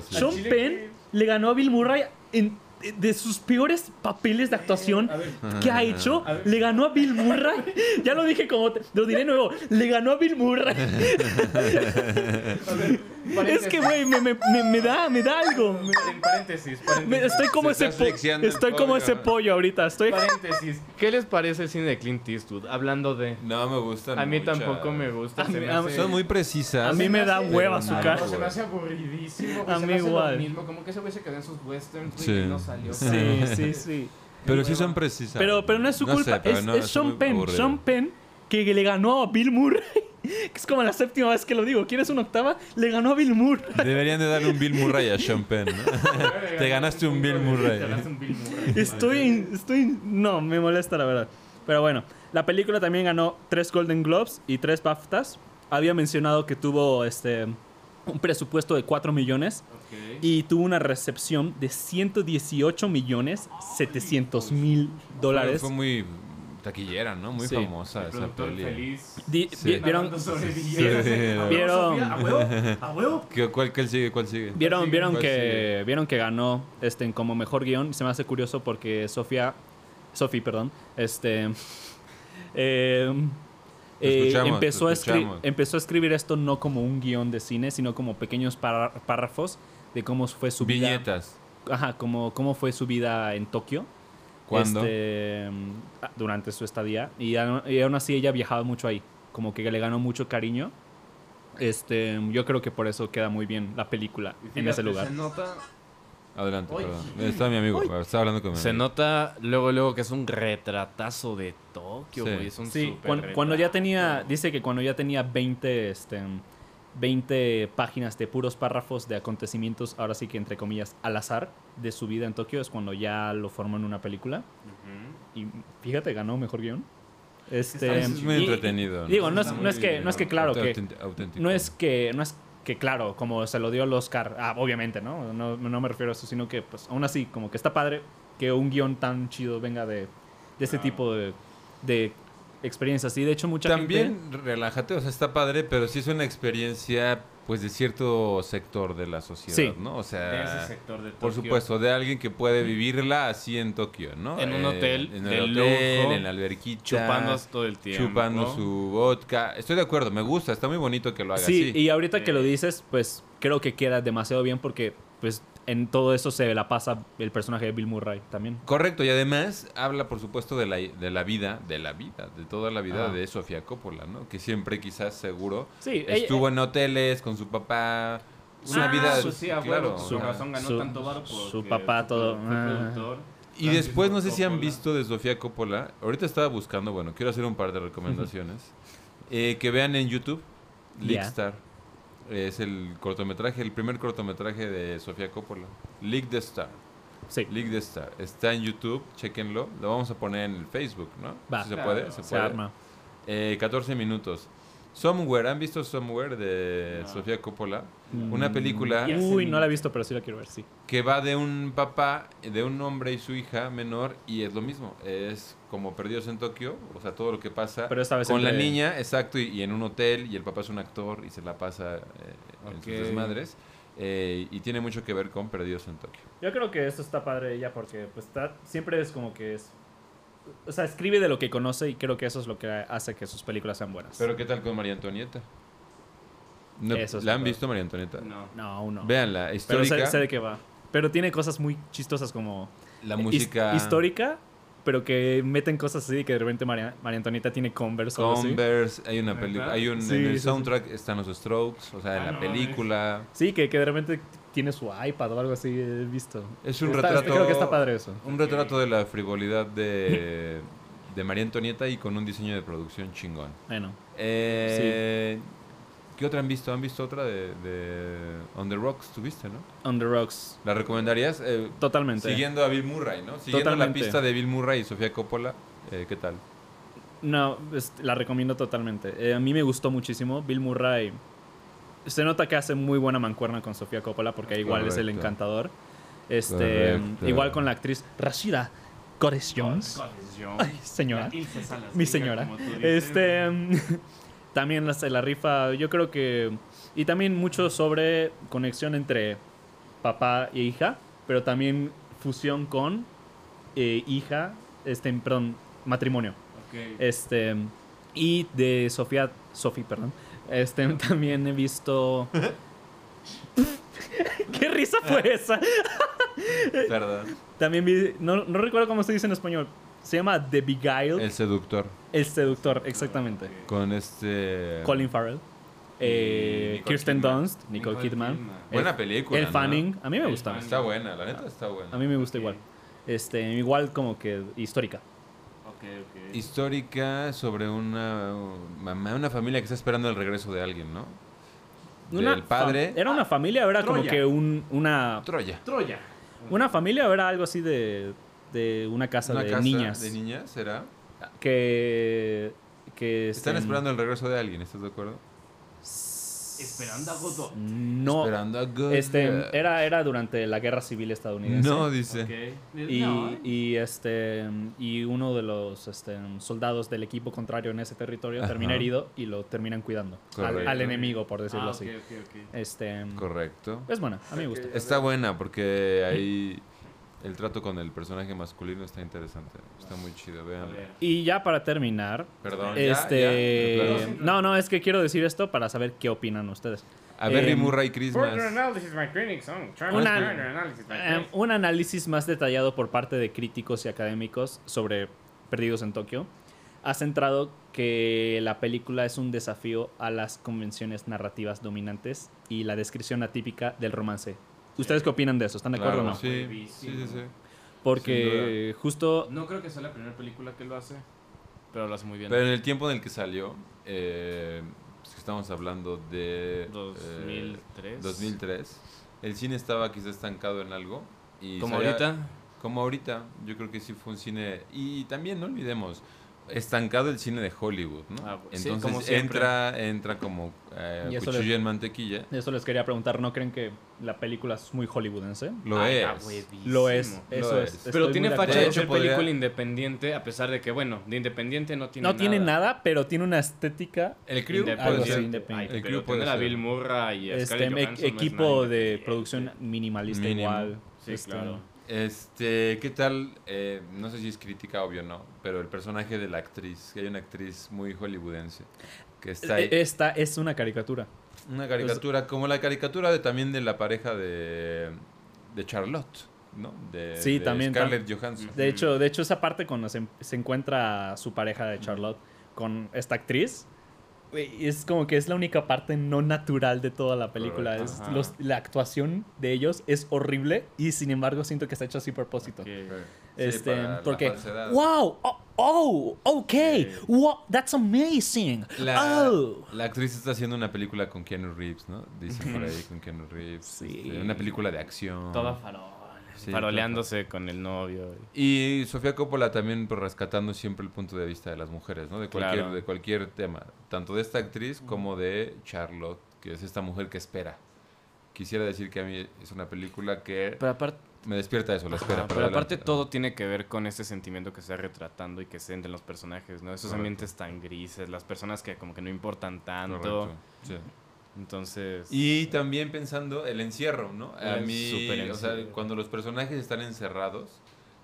Speaker 1: Sean,
Speaker 3: sí.
Speaker 1: Sean
Speaker 2: Al chile
Speaker 1: Penn le ganó a Bill Murray en de sus peores papeles de actuación
Speaker 2: A ver.
Speaker 1: que ha hecho, le ganó a Bill Murray. Ya lo dije como te- lo diré nuevo, le ganó a Bill Murray.
Speaker 2: A ver,
Speaker 1: Es
Speaker 2: paréntesis.
Speaker 1: que güey, me, me- me- me da, me da algo. Me-
Speaker 2: En paréntesis,
Speaker 1: me-
Speaker 2: paréntesis.
Speaker 1: estoy como
Speaker 3: Se
Speaker 1: ese
Speaker 3: está
Speaker 1: po-
Speaker 3: asfixiando el
Speaker 1: estoy como
Speaker 3: pollo.
Speaker 1: ese pollo ahorita, estoy
Speaker 2: Paréntesis.
Speaker 4: ¿Qué les parece el cine de Clint Eastwood? Hablando de...
Speaker 3: No me gustan.
Speaker 4: A mí
Speaker 3: muchas.
Speaker 4: tampoco me gusta.
Speaker 1: A
Speaker 4: se
Speaker 1: mí-
Speaker 4: me
Speaker 1: a-
Speaker 4: hace-
Speaker 3: Son muy precisas.
Speaker 1: A mí me da hueva su
Speaker 3: no,
Speaker 1: cara.
Speaker 2: Se me hace aburridísimo. güey,
Speaker 1: A
Speaker 2: se
Speaker 1: mí
Speaker 2: me hace
Speaker 1: igual.
Speaker 2: Lo mismo, como que ese güey se quedó en sus westerns güey,
Speaker 3: Sí.
Speaker 2: y no salió.
Speaker 1: Sí, sí, sí.
Speaker 3: Pero sí son precisas.
Speaker 1: Pero, pero no es su culpa,
Speaker 3: sé, pero
Speaker 1: es,
Speaker 3: no,
Speaker 1: es
Speaker 3: son
Speaker 1: Sean
Speaker 3: muy
Speaker 1: Penn.
Speaker 3: aburridas.
Speaker 1: Sean Penn que le ganó a Bill Murray. Que es como la séptima vez que lo digo. ¿Quieres una octava? Le ganó a Bill Murray.
Speaker 3: Deberían de darle un Bill Murray a Sean Penn, ¿no? Te ganaste un Bill Murray.
Speaker 2: Te ganaste un Bill Murray.
Speaker 1: Estoy, en- estoy. en- No, me molesta la verdad. Pero bueno, la película también ganó tres Golden Globes y tres BAFTAs. Había mencionado que tuvo este un presupuesto de 4 millones
Speaker 2: Ok.
Speaker 1: y tuvo una recepción de 118 millones 700 mil dólares.
Speaker 3: Fue muy taquillera, ¿no? Muy
Speaker 1: Sí.
Speaker 3: famosa
Speaker 2: El
Speaker 3: esa
Speaker 2: productor
Speaker 3: peli.
Speaker 2: feliz.
Speaker 1: Di-
Speaker 3: Sí.
Speaker 1: vi- ¿Vieron,
Speaker 2: Nadando sobre
Speaker 3: Sí,
Speaker 2: billetes.
Speaker 3: sí,
Speaker 2: ¿A huevo,
Speaker 1: vieron-
Speaker 2: Sofía? ¿A huevo? ¿A huevo?
Speaker 3: ¿Qué- cuál, cuál sigue? ¿Cuál sigue?
Speaker 1: Vieron,
Speaker 2: Sí,
Speaker 1: vieron,
Speaker 3: pues,
Speaker 1: que, vieron que ganó este, en como mejor guión. Se me hace curioso porque Sofía. Sophie, perdón. Este. eh, eh,
Speaker 3: escuchamos, te
Speaker 1: empezó, a escri-
Speaker 3: escuchamos.
Speaker 1: empezó a escribir esto no como un guión de cine, sino como pequeños par- párrafos de cómo fue su vida.
Speaker 3: Viñetas.
Speaker 1: Ajá, como, cómo fue su vida en Tokio.
Speaker 3: ¿Cuándo?
Speaker 1: Este, mm, ah, durante su estadía. Y, a- y aún así ella viajaba mucho ahí. Como que le ganó mucho cariño. Este, yo creo que por eso queda muy bien la película
Speaker 2: Y
Speaker 1: en
Speaker 2: fíjate,
Speaker 1: ese lugar.
Speaker 2: Se nota
Speaker 3: Adelante,
Speaker 2: Ay.
Speaker 3: perdón. Estaba mi amigo, estaba hablando con mi
Speaker 4: Se
Speaker 3: amigo.
Speaker 4: nota luego, luego que es un retratazo de Tokio,
Speaker 3: Sí.
Speaker 4: güey. Es un
Speaker 1: Sí,
Speaker 4: súper
Speaker 1: cuan- cuando, ya
Speaker 4: retrato.
Speaker 1: tenía, dice que cuando ya tenía 20, este, 20 páginas de puros párrafos de acontecimientos, ahora sí que entre comillas, al azar de su vida en Tokio, es cuando ya lo formó en una película. Y fíjate, ganó mejor guión. Este,
Speaker 3: Es muy
Speaker 1: y-
Speaker 3: entretenido. ¿no?
Speaker 1: digo, no es-
Speaker 3: Está
Speaker 1: no
Speaker 3: muy
Speaker 1: es que- no es que claro que-
Speaker 3: auténtico- auténtico.
Speaker 1: No es que, no es que claro, como se lo dio el Oscar, ah, obviamente, ¿no? ¿no? No me refiero a eso, sino que pues aún así, como que está padre que un guión tan chido venga de, de
Speaker 3: Ah.
Speaker 1: este tipo de, de experiencias. Y de hecho mucha gente-
Speaker 3: También relájate, o sea, está padre, pero sí es una experiencia pues de cierto sector de la sociedad,
Speaker 1: Sí.
Speaker 3: ¿no?
Speaker 2: De
Speaker 3: O sea,
Speaker 2: ese sector de Tokio.
Speaker 3: Ah. por supuesto, de alguien que puede vivirla así en Tokio, ¿no? Eh,
Speaker 4: En un hotel
Speaker 3: en
Speaker 4: de
Speaker 3: el hotel,
Speaker 4: lujo,
Speaker 3: en la alberquita,
Speaker 4: Chupando todo el tiempo.
Speaker 3: chupando su vodka. Estoy de acuerdo, me gusta, está muy bonito que lo haga
Speaker 1: Sí,
Speaker 3: así.
Speaker 1: y ahorita
Speaker 3: Eh.
Speaker 1: que lo dices, pues creo que queda demasiado bien porque pues en todo eso se la pasa el personaje de Bill Murray también.
Speaker 3: Correcto, y además habla, por supuesto, de la, de la vida, de la vida, de toda la vida
Speaker 1: Ah.
Speaker 3: de Sofía Coppola, ¿no? Que siempre, quizás, seguro,
Speaker 1: Sí, eh, ella-
Speaker 3: estuvo en hoteles con su papá. Una
Speaker 2: Ah,
Speaker 3: vida.
Speaker 2: pues sí, a huevo,
Speaker 1: su-
Speaker 2: con razón ganó
Speaker 1: su-
Speaker 2: tanto varo
Speaker 1: su
Speaker 2: porque
Speaker 1: papá,
Speaker 2: fue
Speaker 1: todo,
Speaker 2: produ- fue
Speaker 1: ah.
Speaker 2: productor.
Speaker 3: Y después no sé si han
Speaker 2: Coppola.
Speaker 3: visto de Sofía Coppola. Ahorita estaba buscando, bueno, quiero hacer un par de recomendaciones. Eh, que vean en YouTube,
Speaker 1: Ya.
Speaker 3: Leakstar. Es el cortometraje, el primer cortometraje de Sofía Coppola. Leak the Star.
Speaker 1: eh, Sí.
Speaker 3: Leak the Star. Está en YouTube, chequenlo. Lo vamos a poner en el Facebook, ¿no?
Speaker 1: Va.
Speaker 3: Si se
Speaker 2: Claro,
Speaker 3: puede, se
Speaker 1: Se
Speaker 3: puede.
Speaker 1: arma.
Speaker 3: Eh, 14 minutos. Somewhere, ¿han visto Somewhere de
Speaker 2: No.
Speaker 3: Sofía Coppola? Una película
Speaker 2: Ya sé,
Speaker 1: Uy,
Speaker 2: mi-
Speaker 1: no la he visto, pero sí la quiero ver, sí.
Speaker 3: que va de un papá, de un hombre y su hija menor, y es lo mismo. Es como perdidos en Tokio, o sea, todo lo que pasa
Speaker 1: Pero esta vez
Speaker 3: con la
Speaker 1: entre-
Speaker 3: niña, exacto, y, y en un hotel, y el papá es un actor y se la pasa eh, en
Speaker 4: Ok.
Speaker 3: sus desmadres. eh, y tiene mucho que ver con Perdidos en Tokio.
Speaker 1: Yo creo que esto está padre ella porque pues está, siempre es como que es... O sea, escribe de lo que conoce y creo que eso es lo que hace que sus películas sean buenas.
Speaker 3: Pero ¿qué tal con María Antonieta? No,
Speaker 1: Eso es
Speaker 3: ¿La han
Speaker 1: verdad.
Speaker 3: visto María Antonieta?
Speaker 2: No.
Speaker 1: no, uno.
Speaker 3: Véanla,
Speaker 1: pero
Speaker 3: histórica,
Speaker 1: sé, sé de qué va. Pero tiene cosas muy chistosas como
Speaker 3: la
Speaker 1: his-
Speaker 3: música...
Speaker 1: histórica, pero que meten cosas así que de repente María, María Antonieta tiene Converse o algo así.
Speaker 3: Converse, hay una
Speaker 2: ¿Neta?
Speaker 3: película, hay un
Speaker 1: Sí,
Speaker 3: en
Speaker 1: sí,
Speaker 3: el
Speaker 1: sí.
Speaker 3: soundtrack están los Strokes, o sea, en
Speaker 2: Ah,
Speaker 3: la
Speaker 2: no mames.
Speaker 3: película.
Speaker 1: Sí, que, que de repente tiene su iPad o algo así, he visto.
Speaker 3: Es un
Speaker 1: Está-
Speaker 3: retrato.
Speaker 1: Creo que está padre eso.
Speaker 3: Un retrato de la frivolidad de, de María Antonieta y con un diseño de producción chingón.
Speaker 1: Bueno,
Speaker 3: Eh, ¿Qué otra han visto? ¿Han visto otra de, de On the Rocks? ¿Tuviste, no?
Speaker 1: On the Rocks.
Speaker 3: ¿La recomendarías? Eh,
Speaker 1: Totalmente.
Speaker 3: siguiendo a Bill Murray, ¿no? Siguiendo
Speaker 1: Totalmente.
Speaker 3: la pista de Bill Murray y Sofía Coppola. eh, ¿Qué tal?
Speaker 1: No, es- la recomiendo totalmente. Eh, a mí me gustó muchísimo. Bill Murray. Se nota que hace muy buena mancuerna con Sofía Coppola porque igual es el
Speaker 3: Correcto.
Speaker 1: encantador. Este,
Speaker 3: Correcto.
Speaker 1: igual con la actriz Rashida Gores Jones.
Speaker 2: God is young.
Speaker 1: Ay, señora.
Speaker 2: La Ilse Salas,
Speaker 1: Mi
Speaker 2: diga,
Speaker 1: señora.
Speaker 2: como tú dices.
Speaker 1: Este también la- se la rifa, yo creo que y también mucho sobre conexión entre papá e hija, pero también fusión con eh, hija, este perdón, matrimonio.
Speaker 2: Ok.
Speaker 1: Este y de Sofía, Sofi, perdón. Este también he visto ¿Qué risa fue esa?
Speaker 3: Perdón.
Speaker 1: También vi no, no recuerdo cómo se dice en español. Se llama The Beguiled,
Speaker 3: El seductor.
Speaker 1: el seductor, exactamente.
Speaker 3: Con este.
Speaker 1: Colin Farrell, eh,
Speaker 3: Nicole
Speaker 1: Kirsten
Speaker 3: Kidman.
Speaker 1: Dunst, Nicole,
Speaker 2: Nicole
Speaker 1: Kidman,
Speaker 2: Kidman.
Speaker 1: el-
Speaker 3: Buena película.
Speaker 1: El
Speaker 3: ¿no?
Speaker 1: Fanning, a mí me
Speaker 2: El
Speaker 1: gusta.
Speaker 2: Fanning.
Speaker 3: Está buena, la neta está buena.
Speaker 1: A mí me gusta
Speaker 2: Ok.
Speaker 1: igual. Este, igual como que histórica.
Speaker 2: Ok, ok.
Speaker 3: histórica sobre una uh, mamá, una familia que está esperando el regreso de alguien, ¿no?
Speaker 1: Una
Speaker 3: Del padre Ah,
Speaker 1: fa- Era una familia, o era como
Speaker 2: Troya.
Speaker 1: que un, una
Speaker 3: a Troya.
Speaker 2: Troya.
Speaker 1: una familia, o era algo así de, de una casa
Speaker 3: Una
Speaker 1: de
Speaker 3: casa
Speaker 1: niñas
Speaker 3: de niñas, ¿será?
Speaker 1: que que
Speaker 3: Están
Speaker 1: este,
Speaker 3: esperando el regreso de alguien, ¿estás de acuerdo?
Speaker 2: Esperando a Godot.
Speaker 1: No,
Speaker 3: Esperando a Godot.
Speaker 1: este era era durante la Guerra Civil estadounidense.
Speaker 3: No, dice.
Speaker 2: Ok.
Speaker 1: Y,
Speaker 2: No, ¿eh?
Speaker 1: y, este y uno de los este, soldados del equipo contrario en ese territorio
Speaker 3: Ajá.
Speaker 1: termina herido y lo terminan cuidando al,
Speaker 3: Correcto.
Speaker 1: al enemigo por decirlo
Speaker 2: Ah,
Speaker 1: así
Speaker 2: ok, ok, ok.
Speaker 1: este
Speaker 3: Correcto.
Speaker 1: es buena a mí me gusta
Speaker 3: Está buena porque ahí el trato con el personaje masculino está interesante. Está muy chido,
Speaker 2: A
Speaker 3: vean.
Speaker 2: ver.
Speaker 1: y ya para terminar
Speaker 3: Perdón. ya, ya,
Speaker 1: este
Speaker 3: de plano.
Speaker 1: no no es que quiero decir esto para saber qué opinan ustedes
Speaker 3: A Berry
Speaker 1: em,
Speaker 3: Murray Christmas.
Speaker 1: Una- Em, un análisis más detallado por parte de críticos y académicos sobre Perdidos en Tokio ha centrado que la película es un desafío a las convenciones narrativas dominantes y la descripción atípica del romance. ¿Ustedes qué opinan de eso? ¿Están de acuerdo
Speaker 3: Claro,
Speaker 1: o no?
Speaker 3: sí, sí,
Speaker 2: Buenísimo.
Speaker 3: sí, sí.
Speaker 1: Porque justo...
Speaker 2: No creo que sea la primera película que lo hace.
Speaker 4: Pero lo hace muy bien.
Speaker 3: Pero en el tiempo en el que salió, eh, pues que estamos hablando de... eh,
Speaker 4: 2003.
Speaker 3: 2003. El cine estaba quizá estancado en algo. Y
Speaker 4: Como
Speaker 3: salía-
Speaker 4: ahorita.
Speaker 3: Como ahorita. Yo creo que sí fue un cine... Y también no olvidemos, estancado el cine de Hollywood, ¿no?
Speaker 2: Ah, pues, sí,
Speaker 3: Entonces
Speaker 2: como siempre.
Speaker 3: entra, entra como eh,
Speaker 1: Y eso
Speaker 3: cuchillo
Speaker 1: le-
Speaker 3: en mantequilla.
Speaker 1: Eso les quería preguntar, ¿no creen que la película es muy hollywoodense?
Speaker 3: Lo
Speaker 4: Ay, está
Speaker 3: es.
Speaker 4: huevísimo.
Speaker 1: Lo es,
Speaker 3: Lo
Speaker 1: eso es.
Speaker 3: es.
Speaker 1: estoy
Speaker 4: Pero
Speaker 1: muy
Speaker 4: tiene
Speaker 1: de
Speaker 4: facha
Speaker 1: acuerdo.
Speaker 4: de,
Speaker 3: De hecho,
Speaker 4: ser
Speaker 3: podría-
Speaker 4: película independiente, a pesar de que, bueno, de independiente no tiene
Speaker 1: No
Speaker 4: nada.
Speaker 1: tiene nada, pero tiene una estética
Speaker 3: El crew
Speaker 1: algo
Speaker 3: puede
Speaker 1: así,
Speaker 3: ser
Speaker 1: independiente.
Speaker 4: Ay,
Speaker 3: El
Speaker 4: pero
Speaker 3: crew puede
Speaker 4: tener a
Speaker 3: ser.
Speaker 4: Bill Murray y a
Speaker 1: este,
Speaker 4: Scarlett
Speaker 1: e-
Speaker 4: Johansson no es
Speaker 1: equipo
Speaker 4: nada
Speaker 1: de
Speaker 4: independiente.
Speaker 1: producción minimalista
Speaker 3: Mínimo.
Speaker 1: igual. este,
Speaker 4: Sí, claro.
Speaker 3: Este, ¿qué tal? Eh, no sé si es crítica, obvio no, pero el personaje de la actriz, que hay una actriz muy hollywoodense, que está ahí.
Speaker 1: e, Esta es una caricatura. pues,
Speaker 3: Una caricatura, como la caricatura de, también de la pareja de, de Charlotte, ¿no? De,
Speaker 1: Sí,
Speaker 3: de
Speaker 1: también, tam-
Speaker 3: Scarlett Johansson.
Speaker 1: De hecho, de hecho esa parte cuando se, se encuentra su pareja de Charlotte con esta actriz, güey, es como que es la única parte no natural de toda la película.
Speaker 4: Correcto.
Speaker 1: Es
Speaker 4: Ajá.
Speaker 1: los- la actuación de ellos es horrible y sin embargo siento que está hecho así a propósito.
Speaker 3: Sí,
Speaker 1: Este,
Speaker 3: para la
Speaker 1: porque
Speaker 3: falsedad.
Speaker 1: wow, oh, oh, okay, wow, that's amazing.
Speaker 3: La,
Speaker 1: Oh.
Speaker 3: la actriz está haciendo una película con Keanu Reeves, ¿no? Dicen por ahí con Keanu Reeves.
Speaker 1: Sí.
Speaker 3: este, una película de acción.
Speaker 4: Toda farol.
Speaker 3: Sí,
Speaker 4: faroleándose con el novio.
Speaker 3: Y Sofía Coppola también pues, rescatando siempre el punto de vista de las mujeres, ¿no? De cualquier,
Speaker 4: Claro.
Speaker 3: de cualquier tema, tanto de esta actriz como de Charlotte, que es esta mujer que espera. Quisiera decir que a mí es una película que
Speaker 4: Pero aparte,
Speaker 3: me despierta eso, la espera.
Speaker 4: Ajá,
Speaker 3: pero
Speaker 4: pero
Speaker 3: adelante.
Speaker 4: aparte todo tiene que ver con ese sentimiento que se está retratando y que se entre en los personajes, ¿no? Esos
Speaker 3: Correcto.
Speaker 4: ambientes tan grises, las personas que como que no importan tanto.
Speaker 3: Correcto, sí.
Speaker 4: Entonces...
Speaker 3: Y también pensando el encierro, ¿no? A
Speaker 4: El
Speaker 3: mí,
Speaker 4: súper
Speaker 3: o sea,
Speaker 4: encierro.
Speaker 3: cuando los personajes están encerrados,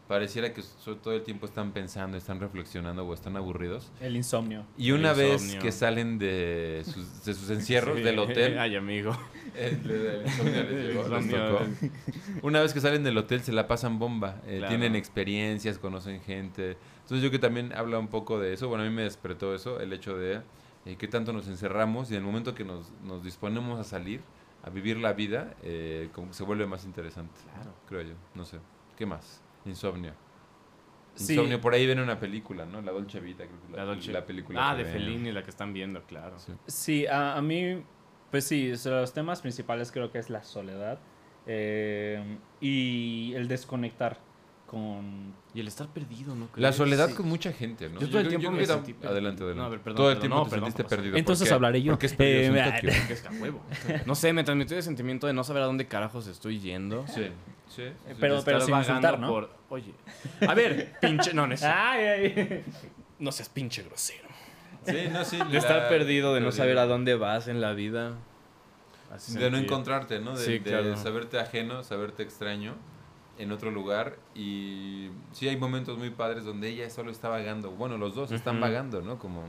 Speaker 3: pareciera que so- todo el tiempo están pensando, están reflexionando o están aburridos.
Speaker 1: El insomnio.
Speaker 3: Y una vez
Speaker 4: insomnio.
Speaker 3: que salen de sus, de sus encierros, del hotel,
Speaker 4: Ay, amigo.
Speaker 3: Eh, le- el insomnio les llegó,
Speaker 4: El
Speaker 3: les
Speaker 4: insomnio.
Speaker 3: tocó. Una vez que salen del hotel se la pasan bomba. Eh,
Speaker 4: Claro.
Speaker 3: Tienen experiencias, conocen gente. Entonces yo creo que también habla un poco de eso. Bueno, a mí me despertó eso, el hecho de eh, qué tanto nos encerramos y en el momento que nos, nos disponemos a salir, a vivir la vida, eh, como que se vuelve más interesante. Creo yo, no sé. ¿Qué más? Insomnio.
Speaker 1: Sí.
Speaker 3: Insomnio, por ahí ven una película, ¿no? La Dolce Vita, creo que la,
Speaker 4: La Dolce.
Speaker 3: la película.
Speaker 4: ah,
Speaker 3: que
Speaker 4: de
Speaker 3: ven.
Speaker 4: Fellini, la que están viendo, claro.
Speaker 3: Sí.
Speaker 1: Sí, a, a mí, pues sí, o sea, los temas principales creo que es la soledad eh, y el desconectar con...
Speaker 4: Y el estar perdido, ¿no?
Speaker 3: La
Speaker 4: crees?
Speaker 3: soledad
Speaker 4: Sí.
Speaker 3: con mucha gente, ¿no?
Speaker 4: Yo todo el
Speaker 3: creo-
Speaker 4: tiempo
Speaker 3: creo
Speaker 4: me
Speaker 3: que tam-
Speaker 4: sentí perdido.
Speaker 3: Adelante, adelante.
Speaker 4: No, a ver, perdón,
Speaker 3: todo el
Speaker 4: perdón,
Speaker 3: tiempo
Speaker 4: no,
Speaker 3: te
Speaker 4: perdón,
Speaker 3: sentiste
Speaker 4: José.
Speaker 3: perdido. ¿Por
Speaker 1: Entonces
Speaker 3: qué?
Speaker 1: hablaré yo.
Speaker 3: Porque es perdido
Speaker 1: Eh,
Speaker 3: en Tokio.
Speaker 4: Que es que a huevo. No sé, me transmitió el sentimiento de no saber a dónde carajos estoy yendo.
Speaker 3: Sí, sí. sí.
Speaker 1: Pero-
Speaker 4: De estar
Speaker 1: sin
Speaker 4: vagando
Speaker 1: insultar, ¿no?
Speaker 4: por- Oye. A ver, pinche. No, no es.
Speaker 1: Ay, ay.
Speaker 4: No seas pinche grosero.
Speaker 3: Sí, no, sí.
Speaker 4: De estar perdido, de no saber a dónde vas en la vida. Así
Speaker 3: De no
Speaker 4: sentí.
Speaker 3: encontrarte, ¿no? De,
Speaker 4: Sí,
Speaker 3: de
Speaker 4: claro.
Speaker 3: saberte ajeno, saberte extraño en otro lugar. Y sí, hay momentos muy padres donde ella solo está vagando. Bueno, los dos están
Speaker 4: Ujú.
Speaker 3: vagando, ¿no? Como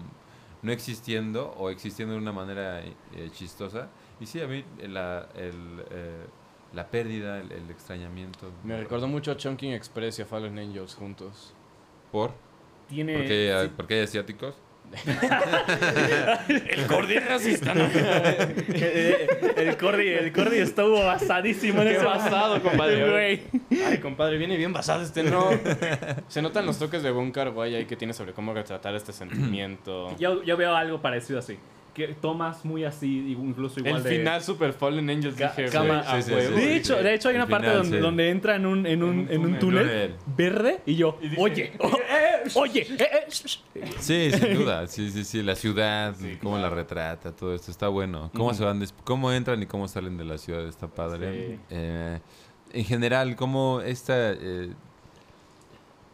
Speaker 3: no existiendo o existiendo de una manera eh, chistosa. Y sí, a mí eh, la, el, eh, la pérdida, el, el extrañamiento.
Speaker 4: Me recordó mucho a Chunking Express y a Fallen Angels juntos.
Speaker 3: ¿Por?
Speaker 1: Tiene...
Speaker 3: Porque, hay- porque hay asiáticos.
Speaker 4: El cordero racista, ¿no?
Speaker 1: Eh, eh, el Cordy, el Cordy estuvo basadísimo en
Speaker 4: Qué
Speaker 1: ese
Speaker 4: basado, compadre.
Speaker 1: güey.
Speaker 4: Ay, compadre, viene bien basado este, ¿no? Se notan los toques de Bunkar Wai ahí que tiene sobre cómo retratar este sentimiento.
Speaker 1: Yo, yo veo algo parecido así. Que tomas muy así, incluso igual
Speaker 4: El
Speaker 1: de...
Speaker 4: final Super Fallen Angels
Speaker 1: Ca-
Speaker 4: dije,
Speaker 1: cama-
Speaker 4: güey, a
Speaker 3: sí, sí,
Speaker 4: huevo.
Speaker 3: sí.
Speaker 1: De hecho, de hecho hay
Speaker 3: El
Speaker 1: una parte
Speaker 3: final,
Speaker 1: donde,
Speaker 3: sí.
Speaker 1: donde entra en un, en un, en un túnel,
Speaker 3: túnel.
Speaker 1: verde y yo, oye,
Speaker 3: "Eh,
Speaker 1: oh, oye, eh, eh, sh- sh".
Speaker 3: Sí, sin duda. Sí, sí, sí. La ciudad, cómo la retrata, todo esto está bueno. Cómo se van, des- cómo entran y cómo salen de la ciudad está padre.
Speaker 4: Sí.
Speaker 3: Eh, en general, cómo esta, eh,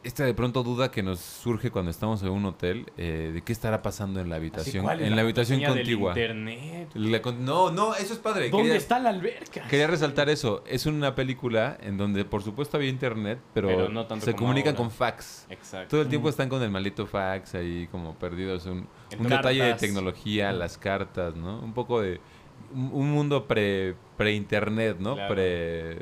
Speaker 3: esta de pronto duda que nos surge cuando estamos en un hotel, eh, de qué estará pasando en la habitación,
Speaker 4: ¿Cuál es
Speaker 3: en la habitación
Speaker 4: contraseña del
Speaker 3: contigua.
Speaker 4: internet?
Speaker 3: La con- no, no, eso es padre.
Speaker 4: ¿Dónde
Speaker 3: Quería-
Speaker 4: está la alberca?
Speaker 3: Quería resaltar eso. Es una película en donde, por supuesto, había internet, pero,
Speaker 4: Pero no tanto
Speaker 3: se
Speaker 4: como
Speaker 3: comunican
Speaker 4: ahora.
Speaker 3: con fax.
Speaker 4: Exacto.
Speaker 3: Todo el
Speaker 1: Mm.
Speaker 3: tiempo están con el maldito fax ahí como perdidos. Un,
Speaker 4: En
Speaker 3: un
Speaker 4: cartas.
Speaker 3: detalle de tecnología, las cartas, ¿no? Un poco de... Un, un mundo pre, pre-internet, ¿no?
Speaker 4: Claro.
Speaker 3: Pre...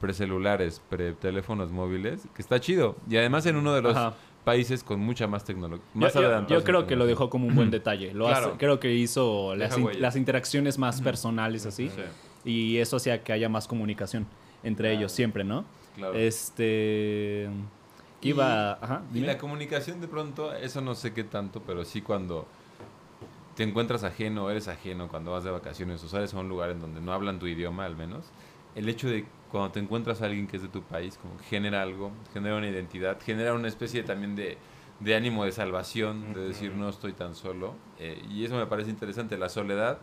Speaker 3: Pre-celulares, pre-teléfonos móviles, que está chido. Y además en uno de los
Speaker 1: Ajá.
Speaker 3: países con mucha más tecnología.
Speaker 1: Yo,
Speaker 3: Más
Speaker 1: yo-
Speaker 3: adelantados
Speaker 1: yo
Speaker 3: en
Speaker 1: creo que lo
Speaker 3: tecnología.
Speaker 1: dejó como un buen detalle. Lo
Speaker 3: Claro.
Speaker 1: hace- creo que hizo las,
Speaker 3: Deja
Speaker 1: in-
Speaker 3: huella.
Speaker 1: las interacciones más personales así.
Speaker 3: Sí,
Speaker 1: Y eso hacía que haya más comunicación entre
Speaker 3: Claro.
Speaker 1: ellos siempre, ¿no?
Speaker 3: claro.
Speaker 1: Este.
Speaker 3: Y-
Speaker 1: Iba. ajá,
Speaker 3: Y
Speaker 1: dime.
Speaker 3: la comunicación de pronto, eso no sé qué tanto, pero sí cuando te encuentras ajeno, eres ajeno, cuando vas de vacaciones o sales a un lugar en donde no hablan tu idioma al menos, el hecho de cuando te encuentras a alguien que es de tu país, como que genera algo, genera una identidad, genera una especie también de, de ánimo de salvación, de decir no estoy tan solo. Eh, y eso me parece interesante, la soledad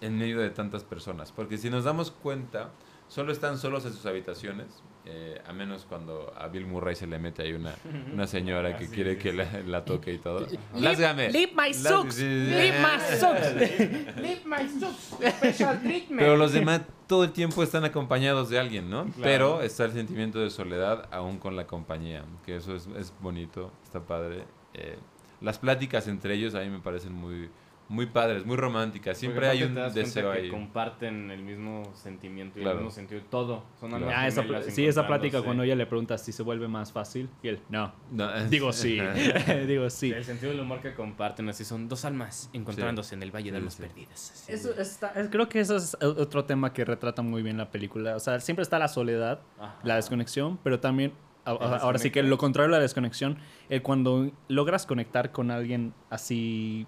Speaker 3: en medio de tantas personas. Porque si nos damos cuenta, solo están solos en sus habitaciones, eh, a menos cuando a Bill Murray se le mete ahí una, una señora que quiere que la, la toque y todo. Lásgame.
Speaker 6: Leave my
Speaker 3: Las-
Speaker 6: socks.
Speaker 3: sí, sí, sí.
Speaker 6: Leave my socks. Leave my socks. Special treatment.
Speaker 3: Pero los demás todo el tiempo están acompañados de alguien, ¿no? Pero está el sentimiento de soledad aún con la compañía, que eso es, es bonito, está padre. Eh, las pláticas entre ellos a mí me parecen muy, muy padres, muy románticas. Siempre hay un deseo ahí.
Speaker 7: comparten el mismo sentimiento y
Speaker 3: Claro.
Speaker 7: el mismo sentido. Todo. Son almas
Speaker 1: Ah, esa,
Speaker 7: gemelas
Speaker 1: sí, esa plática
Speaker 7: encontrándose.
Speaker 1: cuando ella le pregunta si se vuelve más fácil. Y él, no.
Speaker 3: No, es-
Speaker 1: Digo sí. Digo sí.
Speaker 7: El sentido del humor que comparten, así son dos almas encontrándose en el Valle de
Speaker 3: Sí,
Speaker 7: los
Speaker 3: sí.
Speaker 7: Perdidos. así.
Speaker 1: Eso está- es- creo que eso es o- otro tema que retrata muy bien la película. O sea, siempre está la soledad,
Speaker 7: Ajá.
Speaker 1: la desconexión, pero también, a- a- ahora sí que lo contrario a la desconexión, el cuando logras conectar con alguien así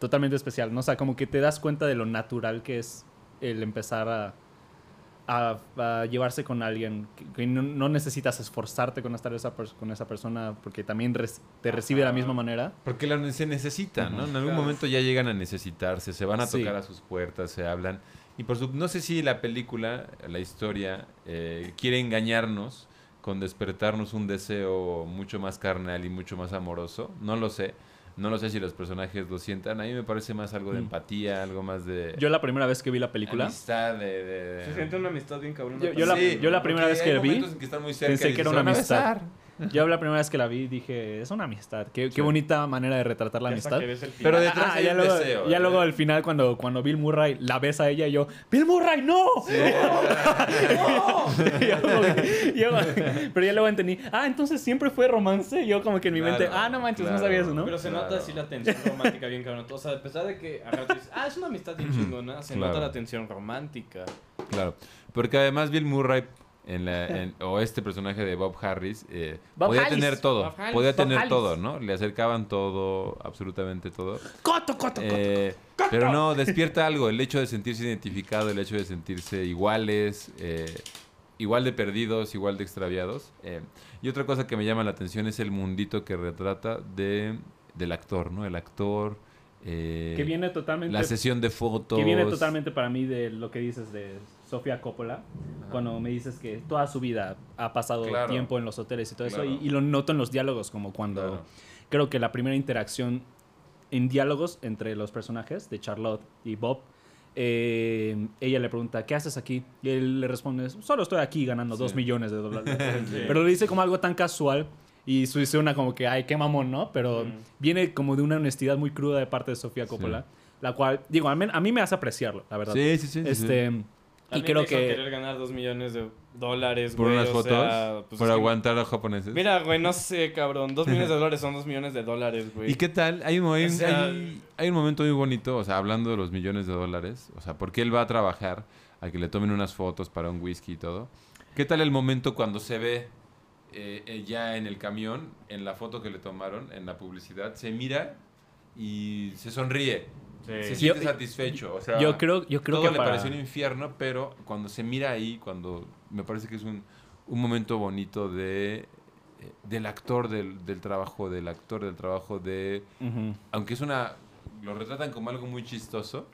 Speaker 1: totalmente especial, ¿no? O sea, como que te das cuenta de lo natural que es el empezar a, a- a llevarse con alguien, que, que no, no necesitas esforzarte con estar esa pers- con esa persona porque también res- te recibe de la misma manera.
Speaker 3: Porque la, se necesitan, ¿no? En algún momento ya llegan a necesitarse, se van a tocar a sus puertas, se hablan. Y por su, no sé si la película, la historia, eh, quiere engañarnos con despertarnos un deseo mucho más carnal y mucho más amoroso. No lo sé. No lo sé si los personajes lo sientan. A mí me parece más algo de
Speaker 1: Mm.
Speaker 3: empatía, algo más de
Speaker 1: Yo la primera vez que vi la película...
Speaker 3: amistad, de... de-
Speaker 7: Se siente una amistad bien cabrón.
Speaker 1: Yo- yo la-
Speaker 3: Sí,
Speaker 1: yo la primera
Speaker 3: porque
Speaker 1: vez
Speaker 3: hay
Speaker 1: que la vi,
Speaker 3: momentos en que están muy cerca
Speaker 1: pensé
Speaker 3: y
Speaker 1: que era
Speaker 3: se
Speaker 1: una
Speaker 3: van a
Speaker 1: amistad.
Speaker 3: besar.
Speaker 1: Yo la primera vez que la vi dije, es una amistad. Qué, qué bonita manera de retratar la amistad.
Speaker 3: Pero detrás
Speaker 1: Ah,
Speaker 3: hay
Speaker 1: ya,
Speaker 3: un
Speaker 1: luego,
Speaker 3: deseo.
Speaker 1: ya
Speaker 3: ¿eh?
Speaker 1: luego al final cuando, cuando Bill Murray la besa a ella y yo, Bill Murray, no. Yo como que- yo- pero ya luego entendí, ah, entonces siempre fue romance. Yo como que en mi
Speaker 3: Claro,
Speaker 1: mente, ah, no manches, no
Speaker 3: claro.
Speaker 1: sabía eso, ¿no?
Speaker 7: Pero se nota
Speaker 3: Claro.
Speaker 7: así la tensión romántica bien cabrón. O sea, a pesar de que a rato dices, ah, es una amistad bien chingona, se nota
Speaker 3: Claro.
Speaker 7: la tensión romántica.
Speaker 3: Claro, porque además Bill Murray en la- en- o este personaje de Bob Harris eh,
Speaker 6: Bob
Speaker 3: podía
Speaker 6: Harris,
Speaker 3: tener todo,
Speaker 7: Bob Harris,
Speaker 3: podía
Speaker 7: Bob
Speaker 3: tener
Speaker 7: Harris.
Speaker 3: todo, ¿no? Le acercaban todo, absolutamente todo.
Speaker 6: Coto, coto, coto.
Speaker 3: Eh, pero no, despierta algo, el hecho de sentirse identificado, el hecho de sentirse iguales, eh, igual de perdidos, igual de extraviados. eh. Y otra cosa que me llama la atención es el mundito que retrata de, del actor, ¿no? El actor, eh,
Speaker 1: que viene totalmente...
Speaker 3: la sesión de fotos.
Speaker 1: Que viene totalmente para mí de lo que dices de Sofía Coppola, cuando me dices que toda su vida ha pasado
Speaker 3: Claro.
Speaker 1: tiempo en los hoteles y todo eso,
Speaker 3: Claro.
Speaker 1: y, y lo noto en los diálogos, como cuando
Speaker 3: Claro.
Speaker 1: creo que la primera interacción en diálogos entre los personajes de Charlotte y Bob, eh, ella le pregunta, ¿qué haces aquí? Y él le responde, solo estoy aquí ganando dos millones de dólares. Pero lo dice como algo tan casual. Y su- suena como que, ay, qué mamón, ¿no? Pero viene como de una honestidad muy cruda de parte de Sofía Coppola. La cual, digo, al men- a mí me hace apreciarlo, la verdad.
Speaker 3: Sí, sí, sí, sí, sí.
Speaker 1: este,
Speaker 7: A
Speaker 1: Y
Speaker 7: mí
Speaker 1: creo
Speaker 7: me hizo
Speaker 1: que...
Speaker 7: querer ganar dos millones de dólares,
Speaker 3: por
Speaker 7: güey,
Speaker 3: unas
Speaker 7: o
Speaker 3: fotos,
Speaker 7: sea, pues,
Speaker 3: por
Speaker 7: es que-
Speaker 3: aguantar a japoneses.
Speaker 7: Mira, güey, no sé, cabrón. Dos millones de dólares son dos millones de dólares, güey.
Speaker 3: ¿Y qué tal? Hay un, hay,
Speaker 7: O sea-
Speaker 3: hay- hay un momento muy bonito, o sea, hablando de los millones de dólares, o sea, porque él va a trabajar a que le tomen unas fotos para un whisky y todo. ¿Qué tal el momento cuando se ve eh, eh, ya en el camión, en la foto que le tomaron, en la publicidad, se mira y se sonríe? Se siente
Speaker 1: Yo-
Speaker 3: satisfecho, o sea,
Speaker 1: Yo creo, yo creo
Speaker 3: todo
Speaker 1: que
Speaker 3: le
Speaker 1: para-
Speaker 3: pareció un infierno, pero cuando se mira ahí, cuando me parece que es un, un momento bonito de eh, del actor, del, del trabajo, del actor, del trabajo de...
Speaker 1: Ujú.
Speaker 3: Aunque es una... Lo retratan como algo muy chistoso,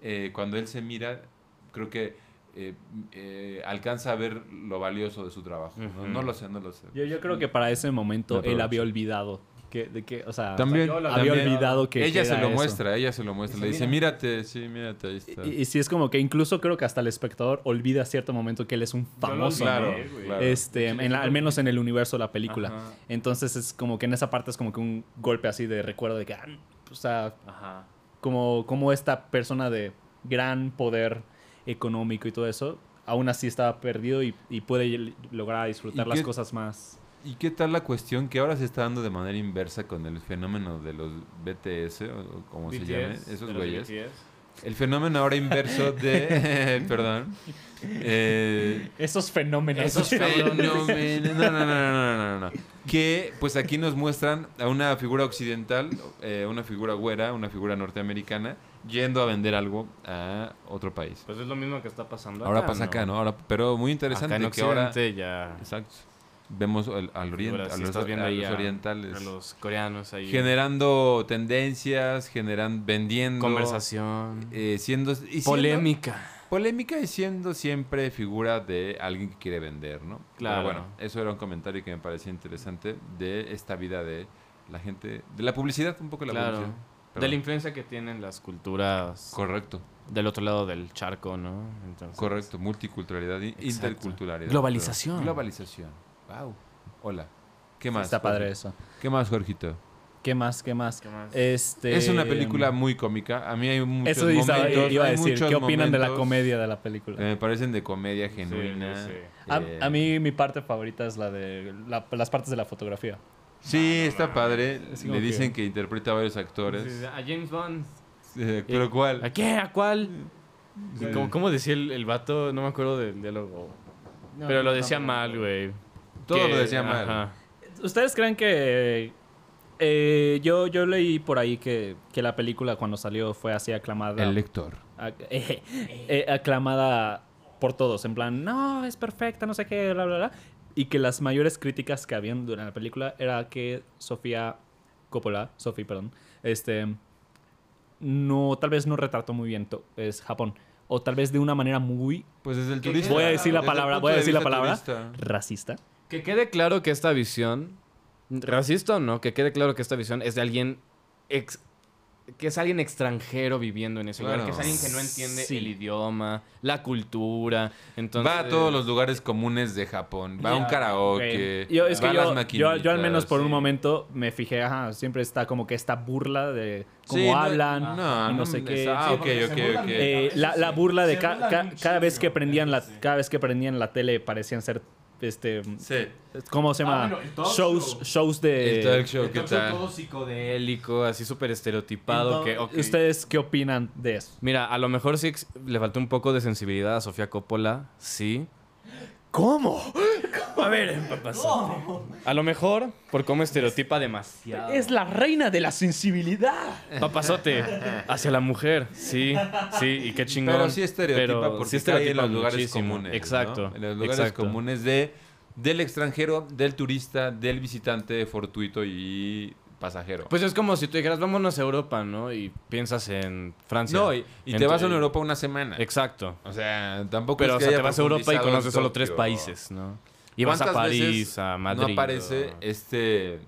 Speaker 3: eh, cuando él se mira, creo que eh, eh, alcanza a ver lo valioso de su trabajo. ¿no? no, lo sé, no lo sé.
Speaker 1: yo, yo creo que para ese
Speaker 3: La
Speaker 1: momento él
Speaker 3: producción.
Speaker 1: había olvidado que, de que, o sea,
Speaker 3: También-
Speaker 1: yo la
Speaker 3: también-
Speaker 1: había olvidado que
Speaker 3: ella se
Speaker 1: era
Speaker 3: lo
Speaker 1: eso.
Speaker 3: muestra, ella se lo muestra. Le dice, mírate, sí, mírate, ahí está.
Speaker 1: Y, y sí es como que incluso creo que hasta el espectador olvida a cierto momento que él es un famoso, ¿no?
Speaker 3: claro, claro.
Speaker 1: Este, en la- al menos en el universo de la película.
Speaker 7: Ajá.
Speaker 1: Entonces es como que en esa parte es como que un golpe así de recuerdo de que, ah, o sea,
Speaker 7: Ajá.
Speaker 1: como, como esta persona de gran poder económico y todo eso, aún así estaba perdido y, y puede l- lograr disfrutar
Speaker 3: ¿Y
Speaker 1: las
Speaker 3: qué-
Speaker 1: cosas más.
Speaker 3: ¿Y qué tal la cuestión que ahora se está dando de manera inversa con el fenómeno de los BTS, o, o como se llame,
Speaker 7: BTS,
Speaker 3: esos
Speaker 7: de los
Speaker 3: güeyes?
Speaker 7: BTS.
Speaker 3: El fenómeno ahora inverso de... perdón. Eh,
Speaker 1: Esos fenómenos.
Speaker 3: esos fenómenos... No, no, no, no, no, no, no. Que pues aquí nos muestran a una figura occidental, eh, una figura güera, una figura norteamericana, yendo a vender algo a otro país.
Speaker 7: Pues es lo mismo que está pasando
Speaker 3: Ahora
Speaker 7: acá,
Speaker 3: pasa
Speaker 7: ¿no?
Speaker 3: acá, ¿no? Ahora, pero muy
Speaker 4: Acá
Speaker 3: interesante
Speaker 4: en
Speaker 3: que ahora...
Speaker 4: Occidente ya.
Speaker 3: Exacto. vemos al, al oriente-
Speaker 4: Figuras,
Speaker 3: a
Speaker 4: si
Speaker 3: los,
Speaker 4: estás viendo
Speaker 3: a
Speaker 4: ahí
Speaker 3: los
Speaker 4: a-
Speaker 3: orientales.
Speaker 4: A los coreanos ahí.
Speaker 3: Generando tendencias, generan, vendiendo.
Speaker 4: Conversación.
Speaker 3: eh, siendo, y siendo-
Speaker 4: polémica.
Speaker 3: Polémica y siendo siempre figura de alguien que quiere vender, ¿no?
Speaker 4: Claro.
Speaker 3: Pero bueno, eso era un comentario que me parecía interesante de esta vida de la gente, de la publicidad, un poco la
Speaker 4: Claro.
Speaker 3: publicidad.
Speaker 4: De la
Speaker 3: Perdón.
Speaker 4: influencia que tienen las culturas
Speaker 3: Correcto,
Speaker 4: del otro lado del charco, ¿no? Entonces,
Speaker 3: correcto. Multiculturalidad, i-
Speaker 4: Exacto.
Speaker 3: interculturalidad.
Speaker 4: Globalización.
Speaker 3: Perdón. Globalización. Wow. Hola. ¿Qué más?
Speaker 1: Está padre
Speaker 3: Jorge?
Speaker 1: eso.
Speaker 3: ¿Qué más, Jorgito?
Speaker 1: ¿Qué más? ¿Qué más? Este,
Speaker 3: Es una película muy cómica. A mí hay muchos
Speaker 1: Eso
Speaker 3: momentos.
Speaker 1: iba, iba a
Speaker 3: hay
Speaker 1: decir.
Speaker 3: muchos
Speaker 1: ¿Qué opinan de la
Speaker 3: momentos
Speaker 1: comedia de la
Speaker 3: que
Speaker 1: película?
Speaker 3: me parecen de comedia genuina.
Speaker 4: sí.
Speaker 3: eh,
Speaker 1: A, a mí mi parte favorita es la de la- las partes de la fotografía.
Speaker 3: Sí, está padre.
Speaker 1: Así Ah, como
Speaker 3: Le
Speaker 1: que-
Speaker 3: dicen que interpreta a varios actores.
Speaker 7: A James Bond.
Speaker 3: Eh, Pero
Speaker 4: ¿A
Speaker 3: ¿cuál?
Speaker 4: qué? ¿A cuál? ¿Cómo, cómo decía el, el vato? No me acuerdo del diálogo. Pero lo decía mal, güey.
Speaker 3: Todo
Speaker 4: Que-
Speaker 3: lo decía mal.
Speaker 4: ajá.
Speaker 1: ¿Ustedes creen que eh, yo, yo leí por ahí que, que la película cuando salió fue así aclamada?
Speaker 3: El lector.
Speaker 1: ac- eh, eh, aclamada por todos, en plan, no, es perfecta, no sé qué, bla, bla, bla. Y que las mayores críticas que habían durante la película era que Sofía Coppola, Sophie, perdón, este, no, tal vez no retrató muy bien to- es Japón. O tal vez de una manera muy
Speaker 3: Pues desde el
Speaker 7: Que-
Speaker 3: turista.
Speaker 1: voy a decir la
Speaker 3: Desde el
Speaker 1: palabra,
Speaker 3: punto
Speaker 1: voy a
Speaker 3: de
Speaker 1: decir la
Speaker 3: vista
Speaker 1: palabra.
Speaker 3: turista.
Speaker 1: racista.
Speaker 4: Que quede claro que esta visión, racista o no, que quede claro que esta visión es de alguien ex- que es alguien extranjero viviendo en ese
Speaker 3: Claro.
Speaker 4: lugar, que es alguien que no entiende
Speaker 1: Sí.
Speaker 4: el idioma, la cultura, entonces
Speaker 3: va a todos los lugares comunes de Japón. Va a un karaoke.
Speaker 1: Yo, es
Speaker 3: va
Speaker 1: que
Speaker 3: a
Speaker 1: yo,
Speaker 3: las
Speaker 1: yo, yo al menos por un
Speaker 3: maquinitas,
Speaker 1: momento me fijé, ajá, siempre está como que esta burla de cómo
Speaker 3: Sí, no-
Speaker 1: hablan,
Speaker 3: No,
Speaker 1: y no,
Speaker 3: no,
Speaker 1: sé
Speaker 3: no,
Speaker 1: qué.
Speaker 3: ah,
Speaker 1: Sí,
Speaker 3: ok, ok, ok.
Speaker 1: Eh, la, la
Speaker 2: Sí,
Speaker 1: burla de
Speaker 2: se
Speaker 1: ca-
Speaker 2: burlan
Speaker 1: ca-
Speaker 2: un
Speaker 1: cada vez que
Speaker 2: chingo,
Speaker 1: prendían la
Speaker 2: sí.
Speaker 1: cada vez que prendían la tele parecían ser este
Speaker 3: Sí.
Speaker 1: ¿cómo se llama?
Speaker 2: Ah, bueno, el talk
Speaker 1: shows
Speaker 2: show.
Speaker 1: shows
Speaker 3: El talk
Speaker 1: de
Speaker 3: show, ¿qué tal?
Speaker 4: psicodélico, así súper estereotipado que ok.
Speaker 1: ¿Ustedes qué opinan de eso?
Speaker 4: Mira, a lo mejor sí ex- le faltó un poco de sensibilidad a Sofía Coppola, sí. ¿Cómo? A ver,
Speaker 3: eh,
Speaker 4: papás. A lo mejor por cómo estereotipa demasiado.
Speaker 1: Es la reina de la sensibilidad.
Speaker 4: Papazote hacia la mujer, sí, sí, y qué chingón.
Speaker 3: Pero sí estereotipa
Speaker 4: pero
Speaker 3: porque
Speaker 4: sí
Speaker 3: está ahí en
Speaker 4: estereotipa
Speaker 3: los lugares
Speaker 4: muchísimo.
Speaker 3: comunes. ¿no?
Speaker 4: Exacto.
Speaker 3: En los lugares
Speaker 4: exacto.
Speaker 3: comunes de, del extranjero, del turista, del visitante fortuito y pasajero.
Speaker 4: Pues es como si tú dijeras, vámonos a Europa, ¿no? Y piensas en Francia.
Speaker 3: no, y, y te
Speaker 4: Ento-
Speaker 3: vas a Europa una semana.
Speaker 4: Exacto.
Speaker 3: O sea, tampoco
Speaker 4: Pero
Speaker 3: es
Speaker 4: o
Speaker 3: Pues que
Speaker 4: sea, te
Speaker 3: haya
Speaker 4: vas a Europa y
Speaker 3: profundizado
Speaker 4: conoces
Speaker 3: en
Speaker 4: solo tres
Speaker 3: Tokio.
Speaker 4: países, ¿no? Y vas a
Speaker 3: ¿Cuántas
Speaker 4: París,
Speaker 3: veces
Speaker 4: a Madrid.
Speaker 3: No aparece
Speaker 4: o-
Speaker 3: este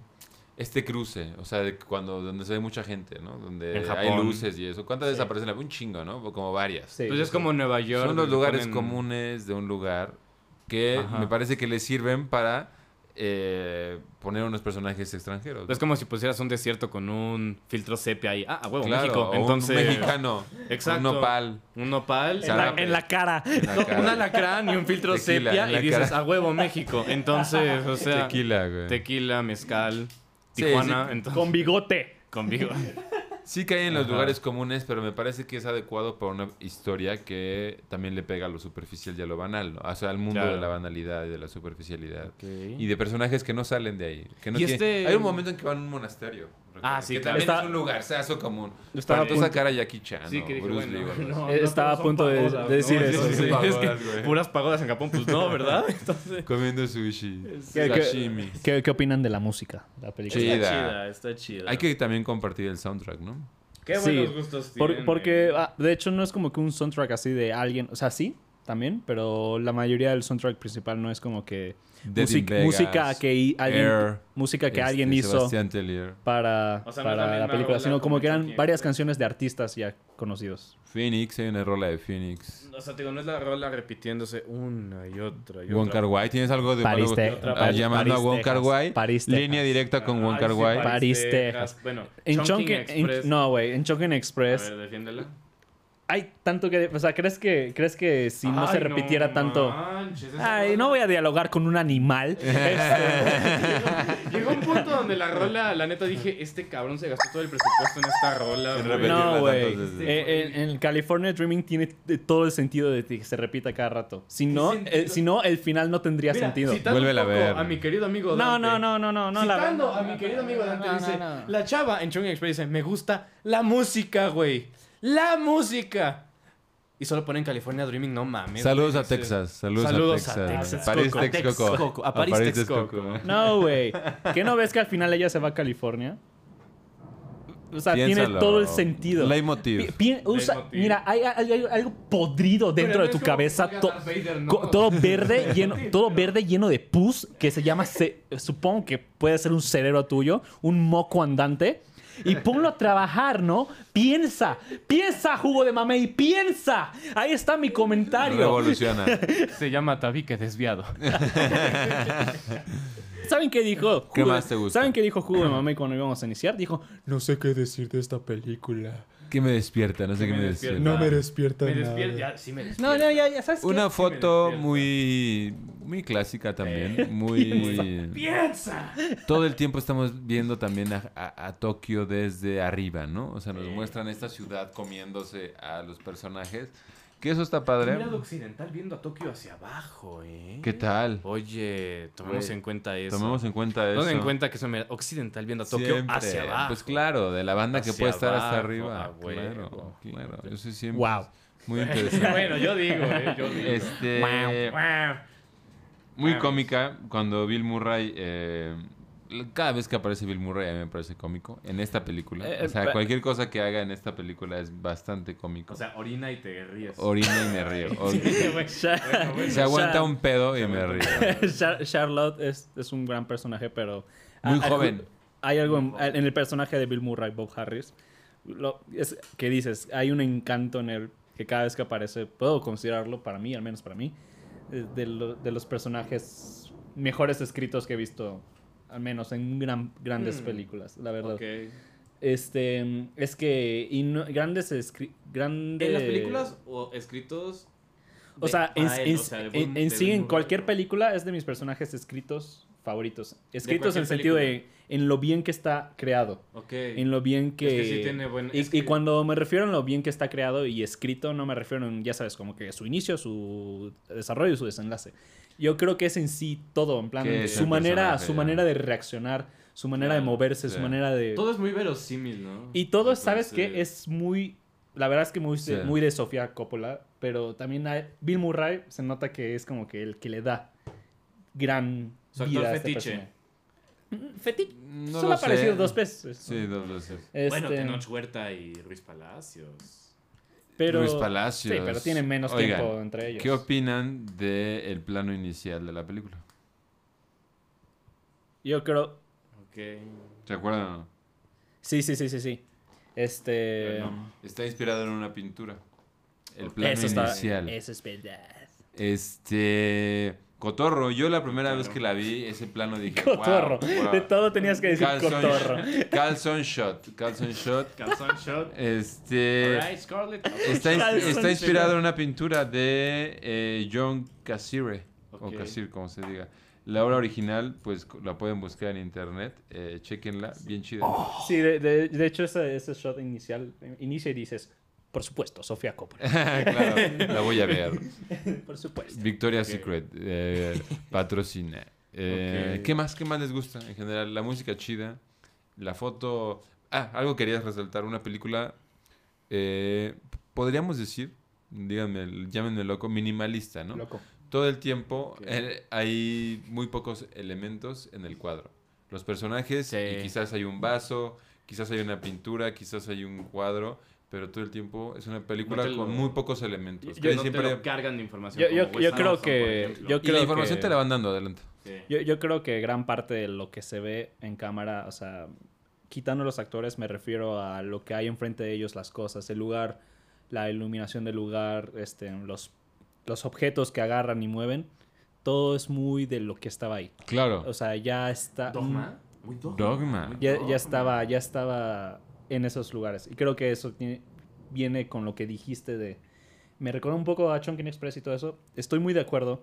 Speaker 3: este cruce, o sea, de cuando donde se ve mucha gente, ¿no? Donde
Speaker 4: En
Speaker 3: hay
Speaker 4: Japón.
Speaker 3: luces y eso. ¿Cuántas veces aparecen? Un chingo, ¿no? Como varias.
Speaker 1: Sí.
Speaker 4: Pues es como Nueva York.
Speaker 3: Son los
Speaker 4: donde
Speaker 3: lugares
Speaker 4: ponen-
Speaker 3: comunes de un lugar que
Speaker 4: Ajá.
Speaker 3: me parece que le sirven para eh, poner unos personajes extranjeros.
Speaker 4: Es como si pusieras un desierto con un filtro sepia ahí. Ah, a huevo,
Speaker 3: Claro,
Speaker 4: México.
Speaker 3: o
Speaker 4: Entonces,
Speaker 3: un mexicano,
Speaker 4: Exacto.
Speaker 3: un nopal.
Speaker 4: Un nopal.
Speaker 1: en, la,
Speaker 3: Sarape.
Speaker 1: en la cara.
Speaker 3: en la
Speaker 4: un
Speaker 3: cara.
Speaker 4: alacrán y un filtro
Speaker 3: Tequila, en
Speaker 4: sepia.
Speaker 3: la
Speaker 4: Y dices,
Speaker 3: cara.
Speaker 4: a huevo, México. Entonces, o sea.
Speaker 3: Tequila, güey.
Speaker 4: Tequila, mezcal,
Speaker 3: Sí,
Speaker 4: Tijuana,
Speaker 3: sí.
Speaker 4: entonces
Speaker 1: Con bigote.
Speaker 4: conmigo.
Speaker 3: Sí cae en los
Speaker 4: Ajá.
Speaker 3: lugares comunes, pero me parece que es adecuado para una historia que también le pega a lo superficial y a lo banal, ¿no? O sea, al mundo
Speaker 4: Claro.
Speaker 3: de la banalidad y de la superficialidad. Y de personajes que no salen de ahí. que no
Speaker 4: Y
Speaker 3: tienen-
Speaker 4: este-
Speaker 3: Hay un momento en que van a un monasterio.
Speaker 4: Ah,
Speaker 3: recuerdo,
Speaker 4: sí,
Speaker 3: Que
Speaker 4: claro.
Speaker 3: también
Speaker 1: Está-
Speaker 3: es un lugarzazo común.
Speaker 1: Estaba
Speaker 3: Para tú
Speaker 1: a punto-
Speaker 3: sacar a Jackie Chan
Speaker 4: Sí,
Speaker 3: o
Speaker 4: que dije,
Speaker 3: Bruce
Speaker 4: bueno,
Speaker 3: Lee o algo así.
Speaker 1: Eh, Estaba a punto de, de decir
Speaker 3: No,
Speaker 1: eso.
Speaker 3: sí, sí,
Speaker 1: sí.
Speaker 3: sí.
Speaker 4: Es que puras pagodas en Japón, pues no, ¿verdad? Entonces,
Speaker 3: Comiendo sushi.
Speaker 1: ¿Qué- qué-
Speaker 3: Sashimi.
Speaker 1: ¿Qué, qué opinan de la música? La película.
Speaker 3: Sí.
Speaker 7: Está
Speaker 3: Chida.
Speaker 7: chida, está chida.
Speaker 3: Hay que también compartir el soundtrack, ¿no?
Speaker 7: Qué
Speaker 1: Sí,
Speaker 7: buenos gustos
Speaker 1: Por-
Speaker 7: tiene.
Speaker 1: porque, ah, de hecho, no es como que un soundtrack así de alguien. O sea, sí, también, pero la mayoría del soundtrack principal no es como que.
Speaker 3: Dead in
Speaker 1: music-
Speaker 3: Vegas,
Speaker 1: música que hi- alguien,
Speaker 3: Air,
Speaker 1: música que
Speaker 3: este,
Speaker 1: alguien hizo
Speaker 3: Sebastián Tellier.
Speaker 1: para,
Speaker 7: O sea, no es la
Speaker 1: para la,
Speaker 7: misma
Speaker 1: película,
Speaker 7: rola
Speaker 1: sino
Speaker 7: como
Speaker 1: como que eran
Speaker 7: Chucky,
Speaker 1: varias
Speaker 7: pues.
Speaker 1: canciones de artistas ya conocidos.
Speaker 3: Phoenix, hay una rola de Phoenix.
Speaker 4: o sea, te digo, no es la rola repitiéndose una y otra y
Speaker 3: Wong
Speaker 4: otra.
Speaker 3: Kar Wai, ¿tienes algo de
Speaker 1: París,
Speaker 3: malo?
Speaker 1: Te-
Speaker 3: Ah,
Speaker 1: París,
Speaker 3: llamando
Speaker 1: París,
Speaker 3: a Wong Kar Wai,
Speaker 1: Texas. París,
Speaker 3: línea
Speaker 1: Texas. Ah,
Speaker 3: directa con Wong
Speaker 4: Ay,
Speaker 3: Kar
Speaker 4: sí,
Speaker 3: Wai.
Speaker 1: París. Texas.
Speaker 4: Bueno,
Speaker 1: En
Speaker 4: Chongqing
Speaker 1: Chunkin, en-
Speaker 4: Express.
Speaker 1: no, güey, en Chunkin
Speaker 4: A
Speaker 1: Express
Speaker 4: ver, defiéndela.
Speaker 1: hay tanto que, o sea, crees que crees que si no se
Speaker 4: Ay,
Speaker 1: repitiera tanto,
Speaker 4: manches, esa
Speaker 1: ay, no voy a dialogar con un animal. Este,
Speaker 4: Llegó un punto donde la rola, la neta dije, este cabrón se gastó todo el presupuesto en esta
Speaker 3: En
Speaker 4: rola. güey".
Speaker 3: repetir.
Speaker 1: No,
Speaker 3: tantas
Speaker 1: güey.
Speaker 3: veces.
Speaker 1: Eh, en, en California Dreaming tiene t- todo el sentido de que se repita cada rato. Si no,
Speaker 7: sentido?
Speaker 1: eh, si no el final no tendría
Speaker 4: Mira,
Speaker 1: sentido.
Speaker 4: citando
Speaker 3: Vuélvela
Speaker 4: un
Speaker 3: a
Speaker 4: poco
Speaker 3: ver.
Speaker 4: A mi querido amigo
Speaker 1: No,
Speaker 4: Dante.
Speaker 1: no, no, no, no, no. la-
Speaker 4: Citando a mi querido amigo Dante
Speaker 1: No, no,
Speaker 4: dice,
Speaker 1: no.
Speaker 4: la chava en Chung Express dice, me gusta la música, güey. La música. y solo ponen California Dreaming, no mames.
Speaker 3: Saludos
Speaker 4: güey,
Speaker 3: a
Speaker 4: ese-
Speaker 3: Texas. Saludos,
Speaker 4: Saludos a
Speaker 3: a Texas.
Speaker 4: Texas,
Speaker 3: París,
Speaker 4: Coco.
Speaker 3: Texcoco.
Speaker 4: Texcoco, a París,
Speaker 3: Texcoco.
Speaker 1: No, güey. ¿Qué no ves que al final ella se va a California? O sea, tiene
Speaker 3: Piénsalo.
Speaker 1: todo el sentido. Pi-
Speaker 3: Leitmotiv.
Speaker 1: pi- usa-
Speaker 7: Leitmotiv.
Speaker 1: mira, hay, hay- hay algo podrido dentro
Speaker 7: Pero
Speaker 1: de
Speaker 7: no
Speaker 1: tu
Speaker 7: es como
Speaker 1: cabeza.
Speaker 7: que
Speaker 1: to-
Speaker 7: Darth Vader, ¿no?
Speaker 1: co- todo verde, lleno, todo verde lleno de pus que se llama, ce- supongo que puede ser un cerebro tuyo, un moco andante. Y ponlo a trabajar, ¿no? Piensa, piensa, jugo de mamey, piensa. Ahí está mi comentario.
Speaker 3: Revoluciona.
Speaker 4: Se llama Tabique Desviado.
Speaker 1: ¿Saben qué dijo?
Speaker 3: ¿Qué
Speaker 1: Jugo de-
Speaker 3: más te gusta?
Speaker 1: ¿Saben qué dijo Jugo de Mamey cuando íbamos a iniciar? Dijo,
Speaker 8: No sé qué decir de esta película.
Speaker 3: ¿Qué me despierta? No sé qué me
Speaker 7: despierta.
Speaker 3: despierta.
Speaker 8: No me despierta
Speaker 7: Me
Speaker 8: nada.
Speaker 7: despierto. Ya, sí me despierto.
Speaker 1: no, no, ya, ya sabes qué?
Speaker 3: Una foto
Speaker 7: despierta.
Speaker 3: muy, muy clásica
Speaker 4: Eh.
Speaker 3: también. Muy.
Speaker 6: ¡Piensa!
Speaker 3: Todo el tiempo estamos viendo también a, a- a Tokio desde arriba, ¿no? O sea, nos muestran esta ciudad comiéndose a los personajes. Que eso está
Speaker 7: Un
Speaker 3: padre.
Speaker 7: lado occidental viendo a Tokio hacia abajo, ¿eh?
Speaker 3: ¿Qué tal?
Speaker 4: Oye, tomemos
Speaker 3: Güey,
Speaker 4: en cuenta eso.
Speaker 3: Tomemos en cuenta eso.
Speaker 4: Tomen en cuenta que es una occidental viendo a Tokio
Speaker 3: Siempre.
Speaker 4: hacia abajo.
Speaker 3: Pues claro, de la banda que
Speaker 4: Hacia
Speaker 3: puede estar hasta
Speaker 4: abajo,
Speaker 3: arriba.
Speaker 4: a huevo.
Speaker 3: Claro, claro. Yo sí siempre.
Speaker 1: Wow.
Speaker 3: Muy interesante.
Speaker 7: Bueno, yo digo, ¿eh? Yo digo.
Speaker 3: este, muy cómica
Speaker 1: pues.
Speaker 3: cuando Bill Murray. eh, cada vez que aparece Bill Murray a mí me parece cómico en esta película.
Speaker 1: Eh,
Speaker 3: o sea,
Speaker 1: pa-
Speaker 3: cualquier cosa que haga en esta película es bastante cómico.
Speaker 7: O sea, orina y te ríes.
Speaker 3: Orina y me río. O-
Speaker 1: Ya-
Speaker 3: Se aguanta
Speaker 1: ya-
Speaker 3: un pedo y me río.
Speaker 1: Char- Charlotte es, es un gran personaje, pero...
Speaker 3: Muy
Speaker 1: Ah,
Speaker 3: joven.
Speaker 1: Hay algo en, en el personaje de Bill Murray, Bob Harris, lo, es, que dices, hay un encanto en él que cada vez que aparece, puedo considerarlo para mí, al menos para mí, eh, de, lo- de los personajes mejores escritos que he visto, al menos en gran- grandes
Speaker 7: Mm.
Speaker 1: películas, la verdad.
Speaker 7: Ok.
Speaker 1: Este, es que y no- grandes, escri- grandes...
Speaker 7: ¿En las películas o escritos?
Speaker 1: O
Speaker 7: de-
Speaker 1: sea,
Speaker 7: a
Speaker 1: en,
Speaker 7: él,
Speaker 1: en-
Speaker 7: o sea, de
Speaker 1: en-
Speaker 7: Bill-
Speaker 1: en
Speaker 7: de
Speaker 1: sí,
Speaker 7: Bill
Speaker 1: en
Speaker 7: Murray,
Speaker 1: cualquier
Speaker 7: ¿no?
Speaker 1: película es de mis personajes escritos favoritos. Escritos
Speaker 7: cualquier
Speaker 1: en el sentido de en lo bien que está creado.
Speaker 7: Ok.
Speaker 1: En lo bien que...
Speaker 7: Es que sí tiene buen-
Speaker 1: y,
Speaker 7: es que-
Speaker 1: y cuando me refiero en lo bien que está creado y escrito, no me refiero en, ya sabes, como que su inicio, su desarrollo y su desenlace. Yo creo que es en sí todo, en plan,
Speaker 3: Que es
Speaker 1: su
Speaker 3: el
Speaker 1: manera,
Speaker 3: personaje,
Speaker 1: su
Speaker 3: ya.
Speaker 1: manera de reaccionar, su manera de
Speaker 7: Claro,
Speaker 1: moverse, su
Speaker 3: sí.
Speaker 1: manera de...
Speaker 7: Todo es muy verosímil, ¿no?
Speaker 1: Y todo, ¿sabes qué?
Speaker 7: Entonces,
Speaker 1: Es muy... La verdad es que muy,
Speaker 3: Sí.
Speaker 1: de- muy de Sofía Coppola, pero también a Bill Murray se nota que es como que el que le da gran
Speaker 7: Su actor
Speaker 1: vida a este
Speaker 7: fetiche.
Speaker 1: personaje. Mm, Fetiche.
Speaker 3: No
Speaker 1: Solo
Speaker 3: lo
Speaker 1: ha aparecido
Speaker 3: sé.
Speaker 1: dos veces.
Speaker 3: Sí, dos veces.
Speaker 7: Bueno,
Speaker 1: Este,
Speaker 7: Tenoch Huerta y Ruiz Palacios.
Speaker 1: pero,
Speaker 3: Luis Palacios.
Speaker 1: Sí, pero tiene menos
Speaker 3: Oigan,
Speaker 1: tiempo entre ellos.
Speaker 3: ¿Qué opinan del el plano inicial de la película?
Speaker 1: Yo creo... Eh,
Speaker 7: Ok.
Speaker 3: ¿Se acuerdan? o no?
Speaker 1: Sí, sí, sí, sí, sí. Este...
Speaker 3: Está inspirado en una pintura. El
Speaker 7: Ok.
Speaker 3: plano
Speaker 1: eso está...
Speaker 3: inicial.
Speaker 1: Eso es verdad.
Speaker 3: Este. Cotorro, yo la primera vez que la vi, ese plano dije. "Wow,
Speaker 1: Cotorro.
Speaker 3: wow".
Speaker 1: De todo tenías que decir
Speaker 3: Calzón-
Speaker 1: cotorro.
Speaker 3: Calzón shot. Calzón shot.
Speaker 2: Calzón shot.
Speaker 3: Este.
Speaker 7: Alright, Scarlett.
Speaker 3: Está, ins-
Speaker 1: Calzón
Speaker 3: está
Speaker 1: shot.
Speaker 3: inspirado en una pintura de eh, John Cassire.
Speaker 7: Ok.
Speaker 3: O Cassir, como se diga. La obra original, pues co- la pueden buscar en internet. Eh, chequenla, bien chida.
Speaker 7: Oh.
Speaker 1: Sí, de, de- de hecho ese, ese shot inicial inicia y dices, por supuesto, Sofía Coppola.
Speaker 3: claro, la voy a ver.
Speaker 1: Por supuesto.
Speaker 3: Victoria's Secret eh, patrocina. Eh,
Speaker 7: Ok.
Speaker 3: ¿Qué más? ¿Qué más les gusta en general? La música chida, la foto. Ah, algo querías resaltar, una película. eh, podríamos decir, díganme, llámenme loco, minimalista, ¿no?
Speaker 1: Loco.
Speaker 3: Todo el tiempo eh, hay muy pocos elementos en el cuadro. Los personajes,
Speaker 4: Sí.
Speaker 3: y quizás hay un vaso, quizás hay una pintura, quizás hay un cuadro, pero todo el tiempo es una película
Speaker 7: No te lo-
Speaker 3: con muy pocos elementos.
Speaker 7: Yo
Speaker 3: Casi
Speaker 7: no
Speaker 3: siempre-
Speaker 7: te lo cargan de información.
Speaker 1: Yo-
Speaker 7: como
Speaker 1: yo-
Speaker 7: Wes
Speaker 1: yo creo
Speaker 7: Anderson,
Speaker 1: que-
Speaker 7: por ejemplo.
Speaker 1: yo
Speaker 3: Y la
Speaker 1: creo
Speaker 3: información
Speaker 1: que-
Speaker 3: te la van dando, adelante.
Speaker 7: Sí.
Speaker 1: Yo, yo creo que gran parte de lo que se ve en cámara, o sea, quitando los actores, me refiero a lo que hay enfrente de ellos, las cosas, el lugar, la iluminación del lugar, este, los, los objetos que agarran y mueven. Todo es muy de lo que estaba ahí.
Speaker 3: Claro.
Speaker 1: O sea, ya está...
Speaker 7: Dogma. Muy dogma.
Speaker 3: Dogma.
Speaker 7: Muy
Speaker 1: ya,
Speaker 7: dogma.
Speaker 1: ya estaba ya estaba en esos lugares y creo que eso tiene- viene con lo que dijiste de me recuerda un poco a Chunkin Express y todo eso estoy muy de acuerdo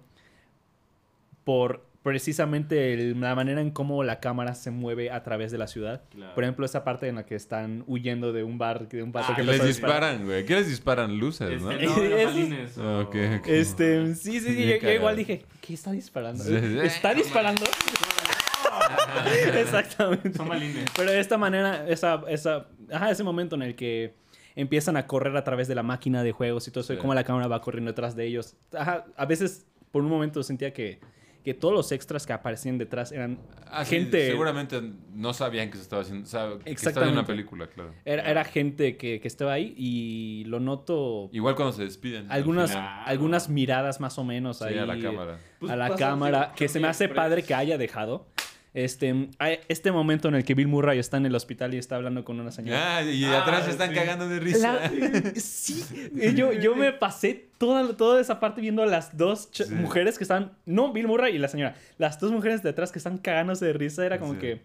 Speaker 1: por precisamente el- la manera en cómo la cámara se mueve a través de la ciudad
Speaker 7: Claro.
Speaker 1: por ejemplo esa parte en la que están huyendo de un bar de un vato
Speaker 7: Ah,
Speaker 1: que
Speaker 3: Que
Speaker 1: empezó
Speaker 3: les
Speaker 1: a disparar.
Speaker 3: disparan, güey. ¿Qué les disparan? Luces, ¿no?
Speaker 7: Este, no,
Speaker 1: Eso es-
Speaker 7: era Balines, o-
Speaker 3: Ah, ok, ok.
Speaker 1: este sí sí sí
Speaker 3: Bien
Speaker 1: yo- yo igual
Speaker 3: cagado.
Speaker 1: dije qué está disparando
Speaker 3: Sí, sí.
Speaker 1: está disparando
Speaker 3: este,
Speaker 1: exactamente
Speaker 7: Son balines.
Speaker 1: Pero de esta manera, esa, esa, ajá, ese momento en el que empiezan a correr a través de la máquina de juegos y todo eso, y
Speaker 3: Sí.
Speaker 1: cómo la cámara va corriendo detrás de ellos. Ajá, a veces, por un momento, sentía que, que todos los extras que aparecían detrás eran
Speaker 3: Ah, sí,
Speaker 1: gente.
Speaker 3: seguramente no sabían que se estaba haciendo. o sea, que estaba en
Speaker 1: Exactamente.
Speaker 3: una película, claro.
Speaker 1: Era, era gente que, que estaba ahí y lo noto.
Speaker 3: Igual cuando se despiden. al
Speaker 1: Algunas,
Speaker 3: final.
Speaker 1: algunas miradas más o menos
Speaker 3: Sí,
Speaker 1: ahí.
Speaker 3: a la cámara.
Speaker 7: Pues
Speaker 1: a la
Speaker 7: pasan
Speaker 1: cámara,
Speaker 7: mucho
Speaker 1: que se me hace
Speaker 7: tiempo,
Speaker 1: padre
Speaker 7: pero-
Speaker 1: que haya dejado. Este, hay- este momento en el que Bill Murray está en el hospital y está hablando con una señora.
Speaker 3: Ah, y
Speaker 7: Ah,
Speaker 3: atrás se están
Speaker 7: sí.
Speaker 3: cagando de risa.
Speaker 1: La- sí, eh, yo, yo me pasé toda, toda esa parte viendo a las dos ch-
Speaker 3: Sí.
Speaker 1: mujeres que están, no Bill Murray y la señora, las dos mujeres de atrás que están cagándose de risa, era como
Speaker 3: Sí.
Speaker 1: que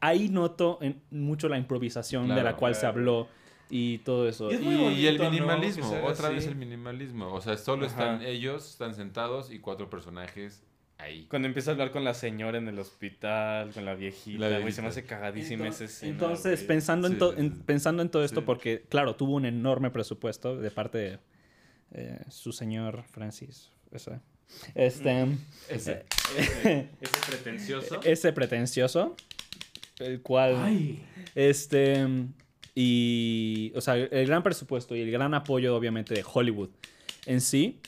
Speaker 1: ahí noto en- mucho la improvisación de la
Speaker 3: Claro,
Speaker 1: cual se
Speaker 7: claro.
Speaker 1: habló y todo eso.
Speaker 7: Eh. Y es
Speaker 3: Y,
Speaker 7: muy bonito,
Speaker 3: y el
Speaker 7: ¿no?
Speaker 3: minimalismo,
Speaker 7: Que se haga
Speaker 3: otra
Speaker 7: así.
Speaker 3: vez el minimalismo. O sea, solo están
Speaker 7: Ajá.
Speaker 3: ellos, están sentados y cuatro personajes ahí.
Speaker 7: Cuando empieza a hablar con la señora en el hospital, con la viejita,
Speaker 3: La
Speaker 7: güey, se
Speaker 3: viejita.
Speaker 7: me hace cagadísima esa
Speaker 1: Entonces,
Speaker 7: escena.
Speaker 1: entonces,
Speaker 7: güey.
Speaker 1: pensando, en
Speaker 3: Sí,
Speaker 1: to-
Speaker 3: sí,
Speaker 1: en-
Speaker 3: sí.
Speaker 1: pensando en todo esto,
Speaker 3: Sí.
Speaker 1: porque, claro, tuvo un enorme presupuesto de parte de eh, su señor Francis. ese. Este,
Speaker 3: Ese.
Speaker 7: Ese, ese pretencioso.
Speaker 1: ese pretencioso, el cual. Este. Y. O sea, el gran presupuesto y el gran apoyo, obviamente, de Hollywood en sí.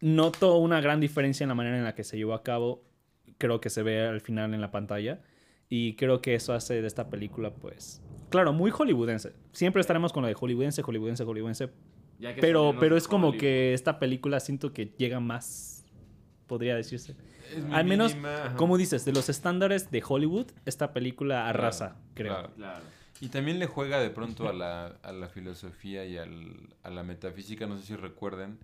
Speaker 1: Noto una gran diferencia en la manera en la que se llevó a cabo. Creo que se ve al final en la pantalla. Y creo que eso hace de esta película, pues. Claro, muy hollywoodense. Siempre estaremos con lo de hollywoodense, hollywoodense, hollywoodense.
Speaker 2: Ya que
Speaker 1: Pero,
Speaker 2: salió
Speaker 1: pero
Speaker 2: en
Speaker 1: es como
Speaker 2: Hollywood.
Speaker 1: que esta película siento que llega más. Podría decirse.
Speaker 3: Es muy
Speaker 1: Al menos,
Speaker 3: mínima, ajá.
Speaker 1: Como dices, de los estándares de Hollywood, esta película
Speaker 3: Claro,
Speaker 1: arrasa, creo.
Speaker 3: Claro.
Speaker 2: Claro.
Speaker 3: Y también le juega de pronto a la, a la filosofía y al- a la metafísica. No sé si recuerden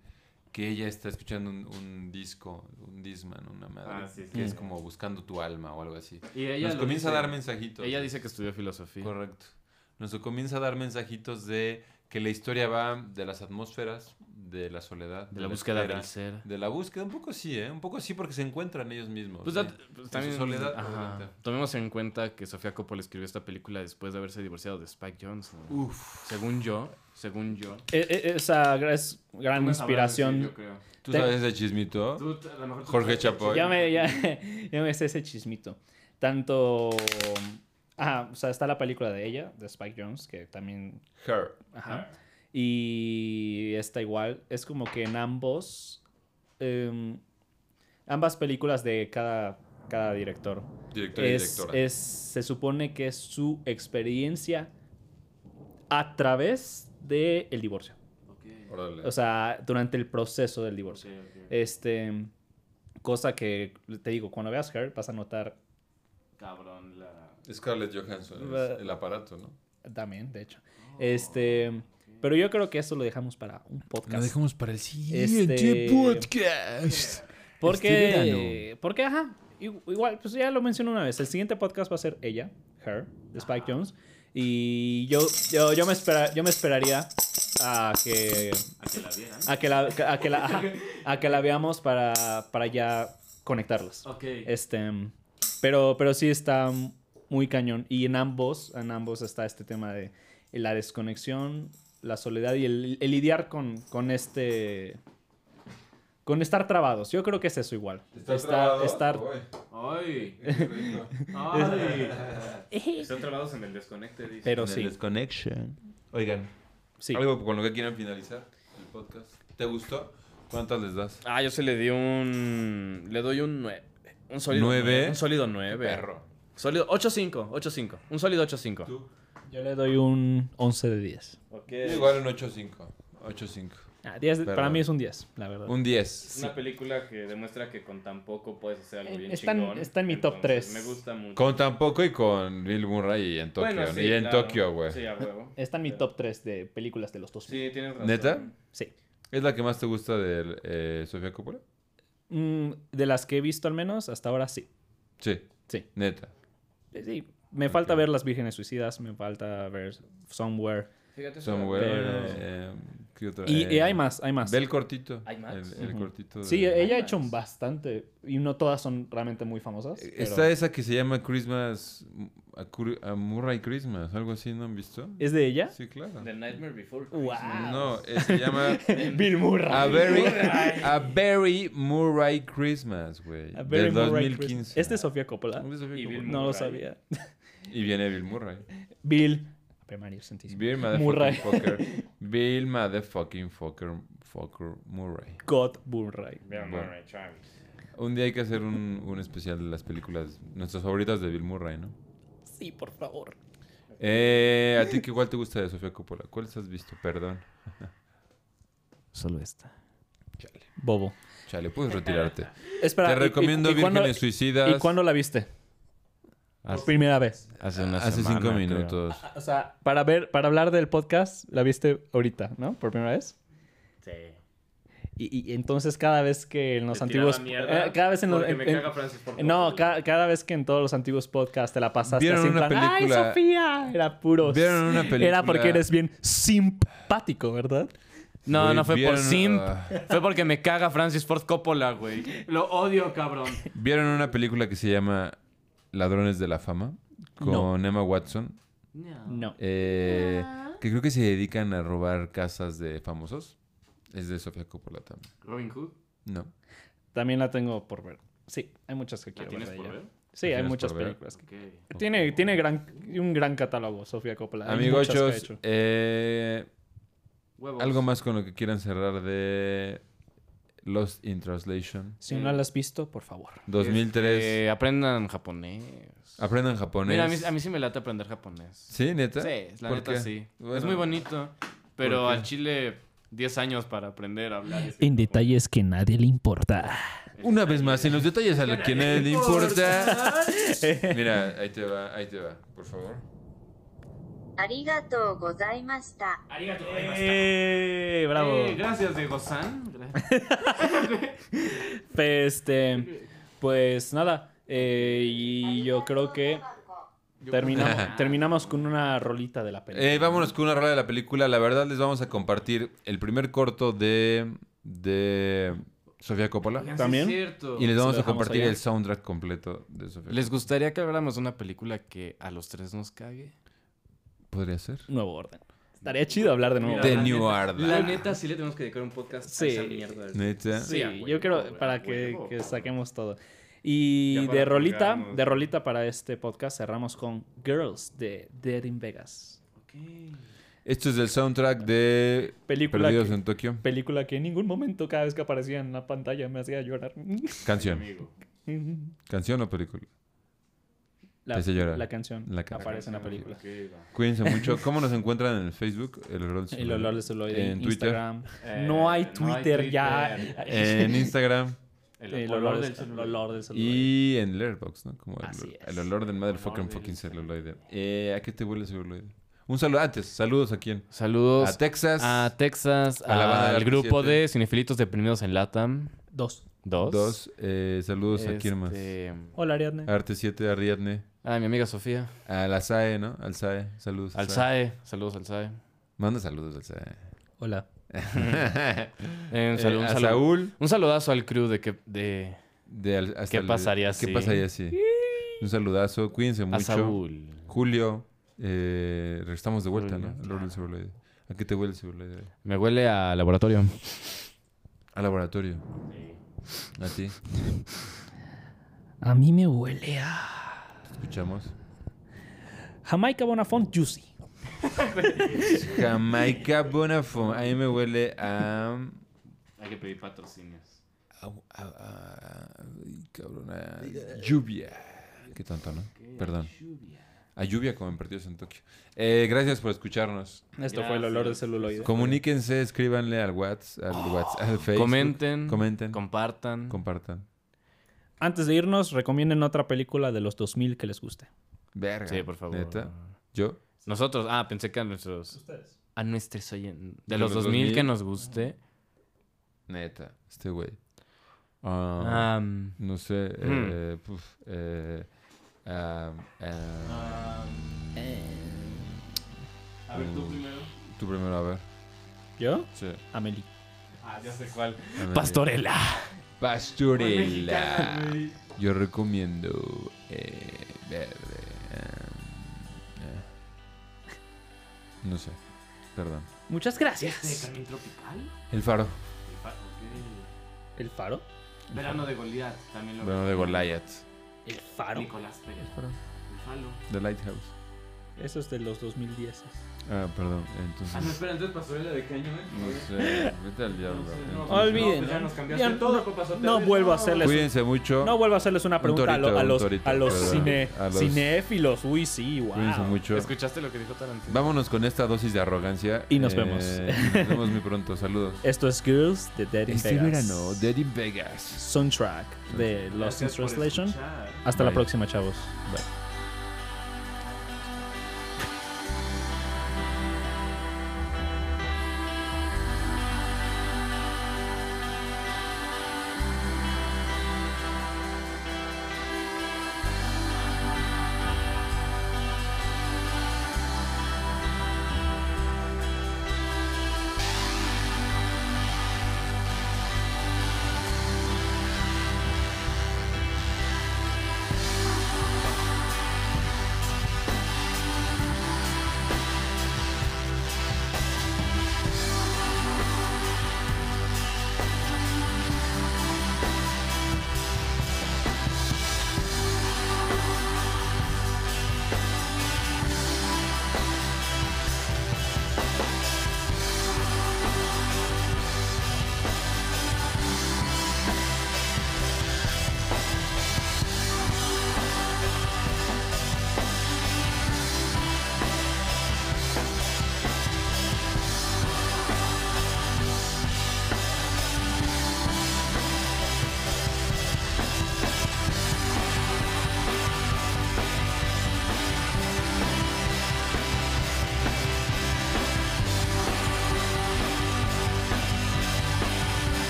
Speaker 3: que ella está escuchando un, un disco, un Disman, una madre.
Speaker 2: Ah, sí, sí.
Speaker 3: Que es como buscando tu alma o algo así.
Speaker 2: Y ella
Speaker 3: Nos
Speaker 2: lo
Speaker 3: comienza a
Speaker 2: dice.
Speaker 3: dar mensajitos.
Speaker 4: Ella dice que estudió filosofía.
Speaker 3: Correcto. Nos comienza a dar mensajitos de que la historia va de las atmósferas, de la soledad,
Speaker 4: de la búsqueda
Speaker 3: espera,
Speaker 4: del ser.
Speaker 3: De la búsqueda, un poco sí, ¿eh? Un poco sí porque se encuentran ellos mismos.
Speaker 4: Pues,
Speaker 3: ¿eh?
Speaker 4: dat- pues,
Speaker 3: En su
Speaker 4: también,
Speaker 3: soledad,
Speaker 4: ajá.
Speaker 3: obviamente.
Speaker 4: Tomemos en cuenta que Sofía Coppola escribió esta película después de haberse divorciado de Spike Jones. ¿no?
Speaker 3: Uf.
Speaker 4: Según yo, según yo.
Speaker 1: E- e- Esa gra- es gran
Speaker 2: Una sabrá
Speaker 1: inspiración.
Speaker 2: decir, yo creo.
Speaker 3: ¿Tú
Speaker 1: Te-
Speaker 3: sabes ese chismito?
Speaker 2: Tú, t- a lo mejor tú
Speaker 3: Jorge
Speaker 2: sabes.
Speaker 3: Chapoy.
Speaker 1: Ya me, ya, ya me sé ese chismito. Tanto. Ajá, o sea, está la película de ella, de Spike Jones, que también.
Speaker 3: Her.
Speaker 1: Ajá. Y está igual. Es como que en ambos. em, ambas películas de cada, cada director.
Speaker 3: Director y
Speaker 1: es,
Speaker 3: directora.
Speaker 1: es- se supone que es su experiencia a través del el divorcio.
Speaker 2: Ok,
Speaker 3: Órale.
Speaker 1: O sea, durante el proceso del
Speaker 2: ok,
Speaker 1: divorcio.
Speaker 2: ok.
Speaker 1: Este, cosa que te digo, cuando veas Her vas a notar
Speaker 2: Cabrón, la...
Speaker 3: Scarlett Johansson, es
Speaker 1: Va-
Speaker 3: el aparato, ¿no?
Speaker 1: también, de hecho. Este, pero yo creo que eso lo dejamos para un podcast.
Speaker 8: para el
Speaker 1: siguiente Este-
Speaker 8: podcast.
Speaker 1: Porque, porque, ajá, i- igual, pues ya lo mencioné una vez. El siguiente podcast va a ser ella, Her, de Spike Jones. Y yo, yo, yo, me, espera, yo me esperaría a que,
Speaker 2: A que la vieran.
Speaker 1: a que, la, a que, la, ajá, a que la veamos para, para ya conectarlas.
Speaker 2: Ok.
Speaker 1: Este, pero, pero sí está muy cañón. Y en ambos, en ambos está este tema de la desconexión, la soledad y el, el lidiar con, con este... Con estar trabados. Yo creo que es eso igual. Está- estar-
Speaker 2: Ay. Ay.
Speaker 7: Están trabados en el desconecte, dice.
Speaker 1: Pero sí,
Speaker 3: Desconnection. Oigan,
Speaker 1: sí.
Speaker 3: algo con lo que quieran finalizar el podcast. ¿Te gustó? ¿Cuántas les das?
Speaker 4: Ah, yo se le di un. Le doy un 9. Un sólido
Speaker 3: ¿Nueve?
Speaker 4: nueve, Un sólido 9.
Speaker 3: Perro.
Speaker 4: Sólido 8-5. 8-5. Un sólido 8-5.
Speaker 3: ¿Tú?
Speaker 1: Yo le doy un 11 de 10.
Speaker 7: Ok.
Speaker 3: Igual un 8-5. 8-5.
Speaker 1: Ah, 10 de- para
Speaker 3: Perdón.
Speaker 1: mí es un 10, la verdad.
Speaker 3: Un 10.
Speaker 7: Una película que demuestra que con tan poco puedes hacer algo
Speaker 1: Eh,
Speaker 7: bien
Speaker 1: está en-
Speaker 7: chingón.
Speaker 1: está en mi top
Speaker 7: Entonces,
Speaker 1: tres.
Speaker 7: Me gusta mucho.
Speaker 3: Con tampoco y con Bill Murray y en Tokio.
Speaker 7: Bueno, sí,
Speaker 3: y en
Speaker 7: claro.
Speaker 3: Tokio, güey.
Speaker 7: Sí, a huevo.
Speaker 1: Está en mi top 3 de películas de los 2000.
Speaker 7: Sí, tienes razón.
Speaker 3: ¿Neta?
Speaker 1: Sí.
Speaker 3: ¿Es la que más te gusta de eh, Sofía Coppola?
Speaker 1: Mm, de las que he visto al menos, hasta ahora sí.
Speaker 3: Sí.
Speaker 1: Sí.
Speaker 3: Neta.
Speaker 1: Eh, Sí, me falta
Speaker 3: Ok.
Speaker 1: ver Las Vírgenes Suicidas, me falta ver Somewhere.
Speaker 7: Fíjate, eso
Speaker 3: Somewhere.
Speaker 1: Pero-
Speaker 3: eh, ¿qué otra?
Speaker 1: Y, y
Speaker 3: Eh,
Speaker 1: hay más, hay más.
Speaker 3: Ve el cortito.
Speaker 7: Hay más.
Speaker 3: El, el
Speaker 1: Ujú.
Speaker 3: cortito. de-
Speaker 1: Sí, ella ha
Speaker 7: hay
Speaker 1: hecho
Speaker 7: más.
Speaker 1: bastante. Y no todas son realmente muy famosas. pero-
Speaker 3: Está esa que se llama Christmas. A, Cur- a Murray Christmas, algo así, ¿no han visto?
Speaker 1: ¿Es de ella?
Speaker 3: Sí, claro.
Speaker 7: The Nightmare Before
Speaker 1: ¡Wow!
Speaker 7: Christmas.
Speaker 3: No, eh, se llama
Speaker 1: Bill Murray.
Speaker 3: A Very, a Very Murray Christmas, güey.
Speaker 1: A Very
Speaker 3: Del
Speaker 1: Murray Christmas. Este
Speaker 3: 2015.
Speaker 1: ¿Es de Sofía Coppola?
Speaker 3: Es de Sofía
Speaker 7: Y Bill
Speaker 3: Coppola.
Speaker 1: No lo
Speaker 7: Murray.
Speaker 1: sabía.
Speaker 3: Y viene Bill Murray.
Speaker 1: Bill Super Mario 65.
Speaker 3: Bill
Speaker 1: Murray.
Speaker 3: motherfucking fucker. Bill motherfucking fucker, fucker Murray.
Speaker 1: God Murray.
Speaker 3: Bueno. Un día hay que hacer un, un especial de las películas, nuestras favoritas de Bill Murray, ¿no?
Speaker 1: Sí, por favor.
Speaker 3: Eh, ¿A ti qué igual te gusta de Sofía Coppola? ¿Cuáles has visto? Perdón.
Speaker 4: Solo esta.
Speaker 3: Chale.
Speaker 1: Bobo.
Speaker 3: Chale, puedes retirarte.
Speaker 1: Espera,
Speaker 3: Te
Speaker 1: Eh, ¿y- y-
Speaker 3: recomiendo
Speaker 1: y cuándo-
Speaker 3: Vírgenes Suicidas.
Speaker 1: ¿Y cuándo la viste? Por
Speaker 4: Hace,
Speaker 1: primera vez.
Speaker 4: hace una
Speaker 3: Hace
Speaker 4: semana,
Speaker 3: cinco
Speaker 4: creo.
Speaker 3: minutos.
Speaker 1: O sea, para ver, para hablar del podcast, la viste ahorita, ¿no? Por primera vez.
Speaker 7: Sí.
Speaker 1: Y, y entonces cada vez que en los
Speaker 7: Te
Speaker 1: antiguos...
Speaker 7: tiraba mierda
Speaker 1: eh, cada vez en los...
Speaker 7: porque
Speaker 1: en-
Speaker 7: me
Speaker 1: en-
Speaker 7: caga Francis Ford
Speaker 1: no,
Speaker 7: Coppola.
Speaker 1: ca- cada vez que en todos los antiguos podcasts te la pasaste
Speaker 3: ¿Vieron
Speaker 1: así en
Speaker 3: una
Speaker 1: plan, ¡Ay,
Speaker 3: película-
Speaker 1: Sofía! Era puro...
Speaker 3: ¿Vieron una película?
Speaker 1: Era porque eres bien simpático, ¿verdad?
Speaker 4: No,
Speaker 3: Güey,
Speaker 4: no fue por
Speaker 3: ¿vieron-
Speaker 4: simp.
Speaker 3: ah.
Speaker 4: Fue porque me caga Francis Ford Coppola, güey.
Speaker 2: Lo odio, cabrón.
Speaker 3: ¿Vieron una película que se llama Ladrones de la Fama? Con
Speaker 1: No.
Speaker 3: Emma Watson.
Speaker 1: No.
Speaker 3: eh, que creo que se dedican a robar casas de famosos. Es de Sofía Coppola también.
Speaker 2: Robin Hood.
Speaker 3: No.
Speaker 1: También la tengo por ver. Sí, hay muchas que
Speaker 2: ¿La
Speaker 1: quiero ver
Speaker 2: tienes
Speaker 1: de
Speaker 2: por
Speaker 1: ella.
Speaker 2: ver?
Speaker 1: Sí, hay
Speaker 3: ¿Tienes
Speaker 1: muchas
Speaker 3: por ver?
Speaker 1: películas. que-
Speaker 2: Ok.
Speaker 1: Tiene, tiene gran, un gran catálogo, Sofía Coppola. Hay muchas que ha
Speaker 3: Amigochos,
Speaker 1: hecho.
Speaker 3: eh,
Speaker 2: Huevos.
Speaker 3: algo más con lo que quieran cerrar de Lost in Translation.
Speaker 1: Si no la has visto, por favor.
Speaker 3: 2003.
Speaker 4: Este, aprendan japonés.
Speaker 3: Aprendan japonés.
Speaker 4: Mira, a mí, a mí sí me late aprender japonés.
Speaker 3: ¿Sí, neta?
Speaker 4: Sí, la
Speaker 3: ¿Por
Speaker 4: neta
Speaker 3: qué?
Speaker 4: sí.
Speaker 3: Bueno,
Speaker 4: Es muy bonito, pero
Speaker 3: ¿Por qué?
Speaker 4: al chile 10 años para aprender a hablar. ese
Speaker 7: En
Speaker 4: idioma.
Speaker 9: detalles que nadie le importa.
Speaker 3: Una vez más, en los detalles a la que nadie le importa. Mira, ahí te va, ahí te va, por favor.
Speaker 5: ありがとうございました。
Speaker 7: Arigato,
Speaker 1: ¡Eh! ¡Bravo!
Speaker 2: Eh, gracias, Diego San. Gracias.
Speaker 1: Pues, este, pues nada. eh, y yo creo que
Speaker 2: Ah,
Speaker 1: terminamos, terminamos con una rolita de la película.
Speaker 3: Eh, vámonos con una rola de la película. La verdad, les vamos a compartir el primer corto de, de Sofía Coppola.
Speaker 1: ¿También?
Speaker 7: Es cierto.
Speaker 3: Y les
Speaker 1: lo
Speaker 3: vamos a
Speaker 1: dejamos
Speaker 3: compartir
Speaker 1: allá.
Speaker 3: el soundtrack completo de Sofía.
Speaker 4: ¿Les gustaría que habláramos de una película que a los tres nos cague?
Speaker 3: podría ser?
Speaker 1: Nuevo orden. Estaría chido hablar de nuevo
Speaker 7: Mira,
Speaker 3: The
Speaker 7: la
Speaker 1: orden.
Speaker 3: New
Speaker 7: neta-
Speaker 3: Arda.
Speaker 7: La neta, sí le tenemos que dedicar un podcast
Speaker 1: Sí.
Speaker 7: a esa mierda.
Speaker 3: Neta.
Speaker 1: Sí,
Speaker 7: a huevo,
Speaker 1: yo creo
Speaker 7: güey,
Speaker 1: para
Speaker 7: a
Speaker 1: que,
Speaker 7: huevo.
Speaker 1: que saquemos todo. Y
Speaker 7: Ya
Speaker 1: de
Speaker 7: para
Speaker 1: rolita,
Speaker 7: colgarnos.
Speaker 1: de rolita para este podcast cerramos con Girls de Dead in Vegas.
Speaker 3: Esto es del soundtrack de
Speaker 1: Película
Speaker 3: Perdidos
Speaker 1: que,
Speaker 3: en Tokio.
Speaker 1: película que en ningún momento cada vez que aparecía en la pantalla me hacía llorar.
Speaker 3: Canción. ¿Canción o película?
Speaker 1: La,
Speaker 3: Te hace llorar.
Speaker 1: la canción
Speaker 3: La canción.
Speaker 1: aparece
Speaker 7: Ah,
Speaker 1: en la película.
Speaker 3: Cuídense mucho. ¿Cómo nos encuentran en el Facebook? El olor de su
Speaker 1: El olor de
Speaker 3: celular.
Speaker 1: celuloide
Speaker 3: En
Speaker 1: en
Speaker 3: Twitter.
Speaker 1: Instagram. Eh, no hay Twitter ya.
Speaker 3: En Instagram
Speaker 1: El, olor del celuloide. El olor del celuloide.
Speaker 3: y en Letterboxd, ¿no? Como el,
Speaker 1: Así
Speaker 3: olor-
Speaker 1: es.
Speaker 3: el olor del motherfucking fucking celuloide. Eh, ¿A qué te huele el celuloide? Un saludo antes. Saludos a quién?
Speaker 4: Saludos
Speaker 3: A Texas.
Speaker 4: a Texas,
Speaker 3: a la banda del
Speaker 4: al grupo
Speaker 3: 27.
Speaker 4: de cinefilitos deprimidos en Latam.
Speaker 1: Dos.
Speaker 4: Dos.
Speaker 3: Dos. Eh, saludos a quién más.
Speaker 4: Este,
Speaker 1: Hola Ariadne.
Speaker 3: A Arte 7, a Ariadne.
Speaker 4: A mi amiga Sofía.
Speaker 3: A la SAE, ¿no? Al SAE. Saludos.
Speaker 4: Al SAE. Saludos al SAE.
Speaker 3: Manda saludos al SAE.
Speaker 1: Hola.
Speaker 4: Eh, un
Speaker 3: Eh,
Speaker 4: saludo- un
Speaker 3: a
Speaker 4: saludo.
Speaker 3: Saúl.
Speaker 4: Un saludazo al crew de que de
Speaker 3: De al- hasta
Speaker 4: ¿Qué
Speaker 3: el-
Speaker 4: pasaría
Speaker 3: ¿Qué
Speaker 4: si?
Speaker 3: pasaría si? Un saludazo. Cuídense
Speaker 4: a
Speaker 3: mucho.
Speaker 4: Saúl.
Speaker 3: Julio, eh, estamos de vuelta, ¿no?
Speaker 4: Julio.
Speaker 3: Al orden del celuloide. ¿A qué te huele el celuloide?
Speaker 4: Me huele a laboratorio.
Speaker 3: Al laboratorio. A ti.
Speaker 9: A mí me huele a
Speaker 3: Te escuchamos.
Speaker 1: Jamaica Bonafont Juicy.
Speaker 3: Jamaica Bonafont. A mí me huele a...
Speaker 7: Hay que pedir patrocinios.
Speaker 3: a, a- a- ay, cabrón, a lluvia. Qué tonto, ¿no? Perdón. A lluvia como en partidos en Tokio. Eh, gracias por escucharnos.
Speaker 1: Esto fue el olor del celuloide.
Speaker 3: Comuníquense, escríbanle al WhatsApp, al WhatsApp, al Facebook.
Speaker 4: Comenten,
Speaker 3: Comenten.
Speaker 4: compartan.
Speaker 3: compartan.
Speaker 1: Antes de irnos, recomienden otra película de los 2000 que les guste.
Speaker 3: Verga.
Speaker 4: sí, por favor.
Speaker 3: Neta. Yo.
Speaker 4: Nosotros, ah, pensé que a nuestros a nuestros oyentes de los
Speaker 3: los
Speaker 4: 2000,
Speaker 3: 2000.
Speaker 4: que nos guste.
Speaker 3: Neta. Este güey. Ah.
Speaker 4: Am,
Speaker 3: No sé.
Speaker 4: Hmm.
Speaker 3: Eh, puf, eh, am, am.
Speaker 7: A ver, tú primero.
Speaker 3: uh, Tú primero, a ver.
Speaker 1: ¿Yo?
Speaker 3: Sí.
Speaker 1: Amelie.
Speaker 7: Ah, ya sé cuál.
Speaker 3: A ver.
Speaker 4: Pastorela.
Speaker 3: Pastorela. Yo recomiendo eh, verde. am, eh. No sé. Perdón.
Speaker 1: Muchas
Speaker 7: ¿Este
Speaker 1: gracias.
Speaker 7: Carmen Tropical?
Speaker 3: El faro.
Speaker 7: El fa- ok.
Speaker 1: ¿El faro?
Speaker 7: Verano de Goliath también lo
Speaker 3: Bueno, de Goliath.
Speaker 1: ¿El faro?
Speaker 7: Nicolás Pérez. El falo.
Speaker 3: The Lighthouse.
Speaker 1: Eso es de los 2010.
Speaker 3: Ah, perdón.
Speaker 2: Ah, no,
Speaker 3: Entonces.
Speaker 2: espera, entonces pastorela de qué año eh? es.
Speaker 3: No sé. Vete al diablo.
Speaker 2: No sé, no,
Speaker 3: entonces.
Speaker 2: pues
Speaker 1: Olviden.
Speaker 2: no, ya nos cambiaste
Speaker 1: Ya
Speaker 2: todo,
Speaker 1: no-
Speaker 2: compa Sotelo.
Speaker 1: no vuelvo a hacerles-
Speaker 3: Cuídense mucho.
Speaker 1: No vuelvo a hacerles una
Speaker 3: Un
Speaker 1: pregunta a lo-
Speaker 3: torito,
Speaker 1: a,
Speaker 3: un
Speaker 1: los,
Speaker 3: torito,
Speaker 1: a los
Speaker 3: perdón.
Speaker 1: cine-
Speaker 3: A los-
Speaker 1: cinéfilos. Uy, sí, wow.
Speaker 3: Cuídense mucho.
Speaker 4: ¿Escuchaste lo que dijo Tarantino?
Speaker 3: Vámonos con esta dosis de arrogancia.
Speaker 1: Y nos
Speaker 3: Eh,
Speaker 1: vemos.
Speaker 3: Nos vemos muy pronto. Saludos.
Speaker 1: Esto es Girls de Dead in
Speaker 3: Este
Speaker 1: Vegas.
Speaker 3: verano, Daddy Vegas.
Speaker 1: Soundtrack de Lost in
Speaker 2: Gracias por
Speaker 1: Translation.
Speaker 2: escuchar.
Speaker 1: Hasta la
Speaker 3: Bye.
Speaker 1: próxima, chavos.
Speaker 3: Bye.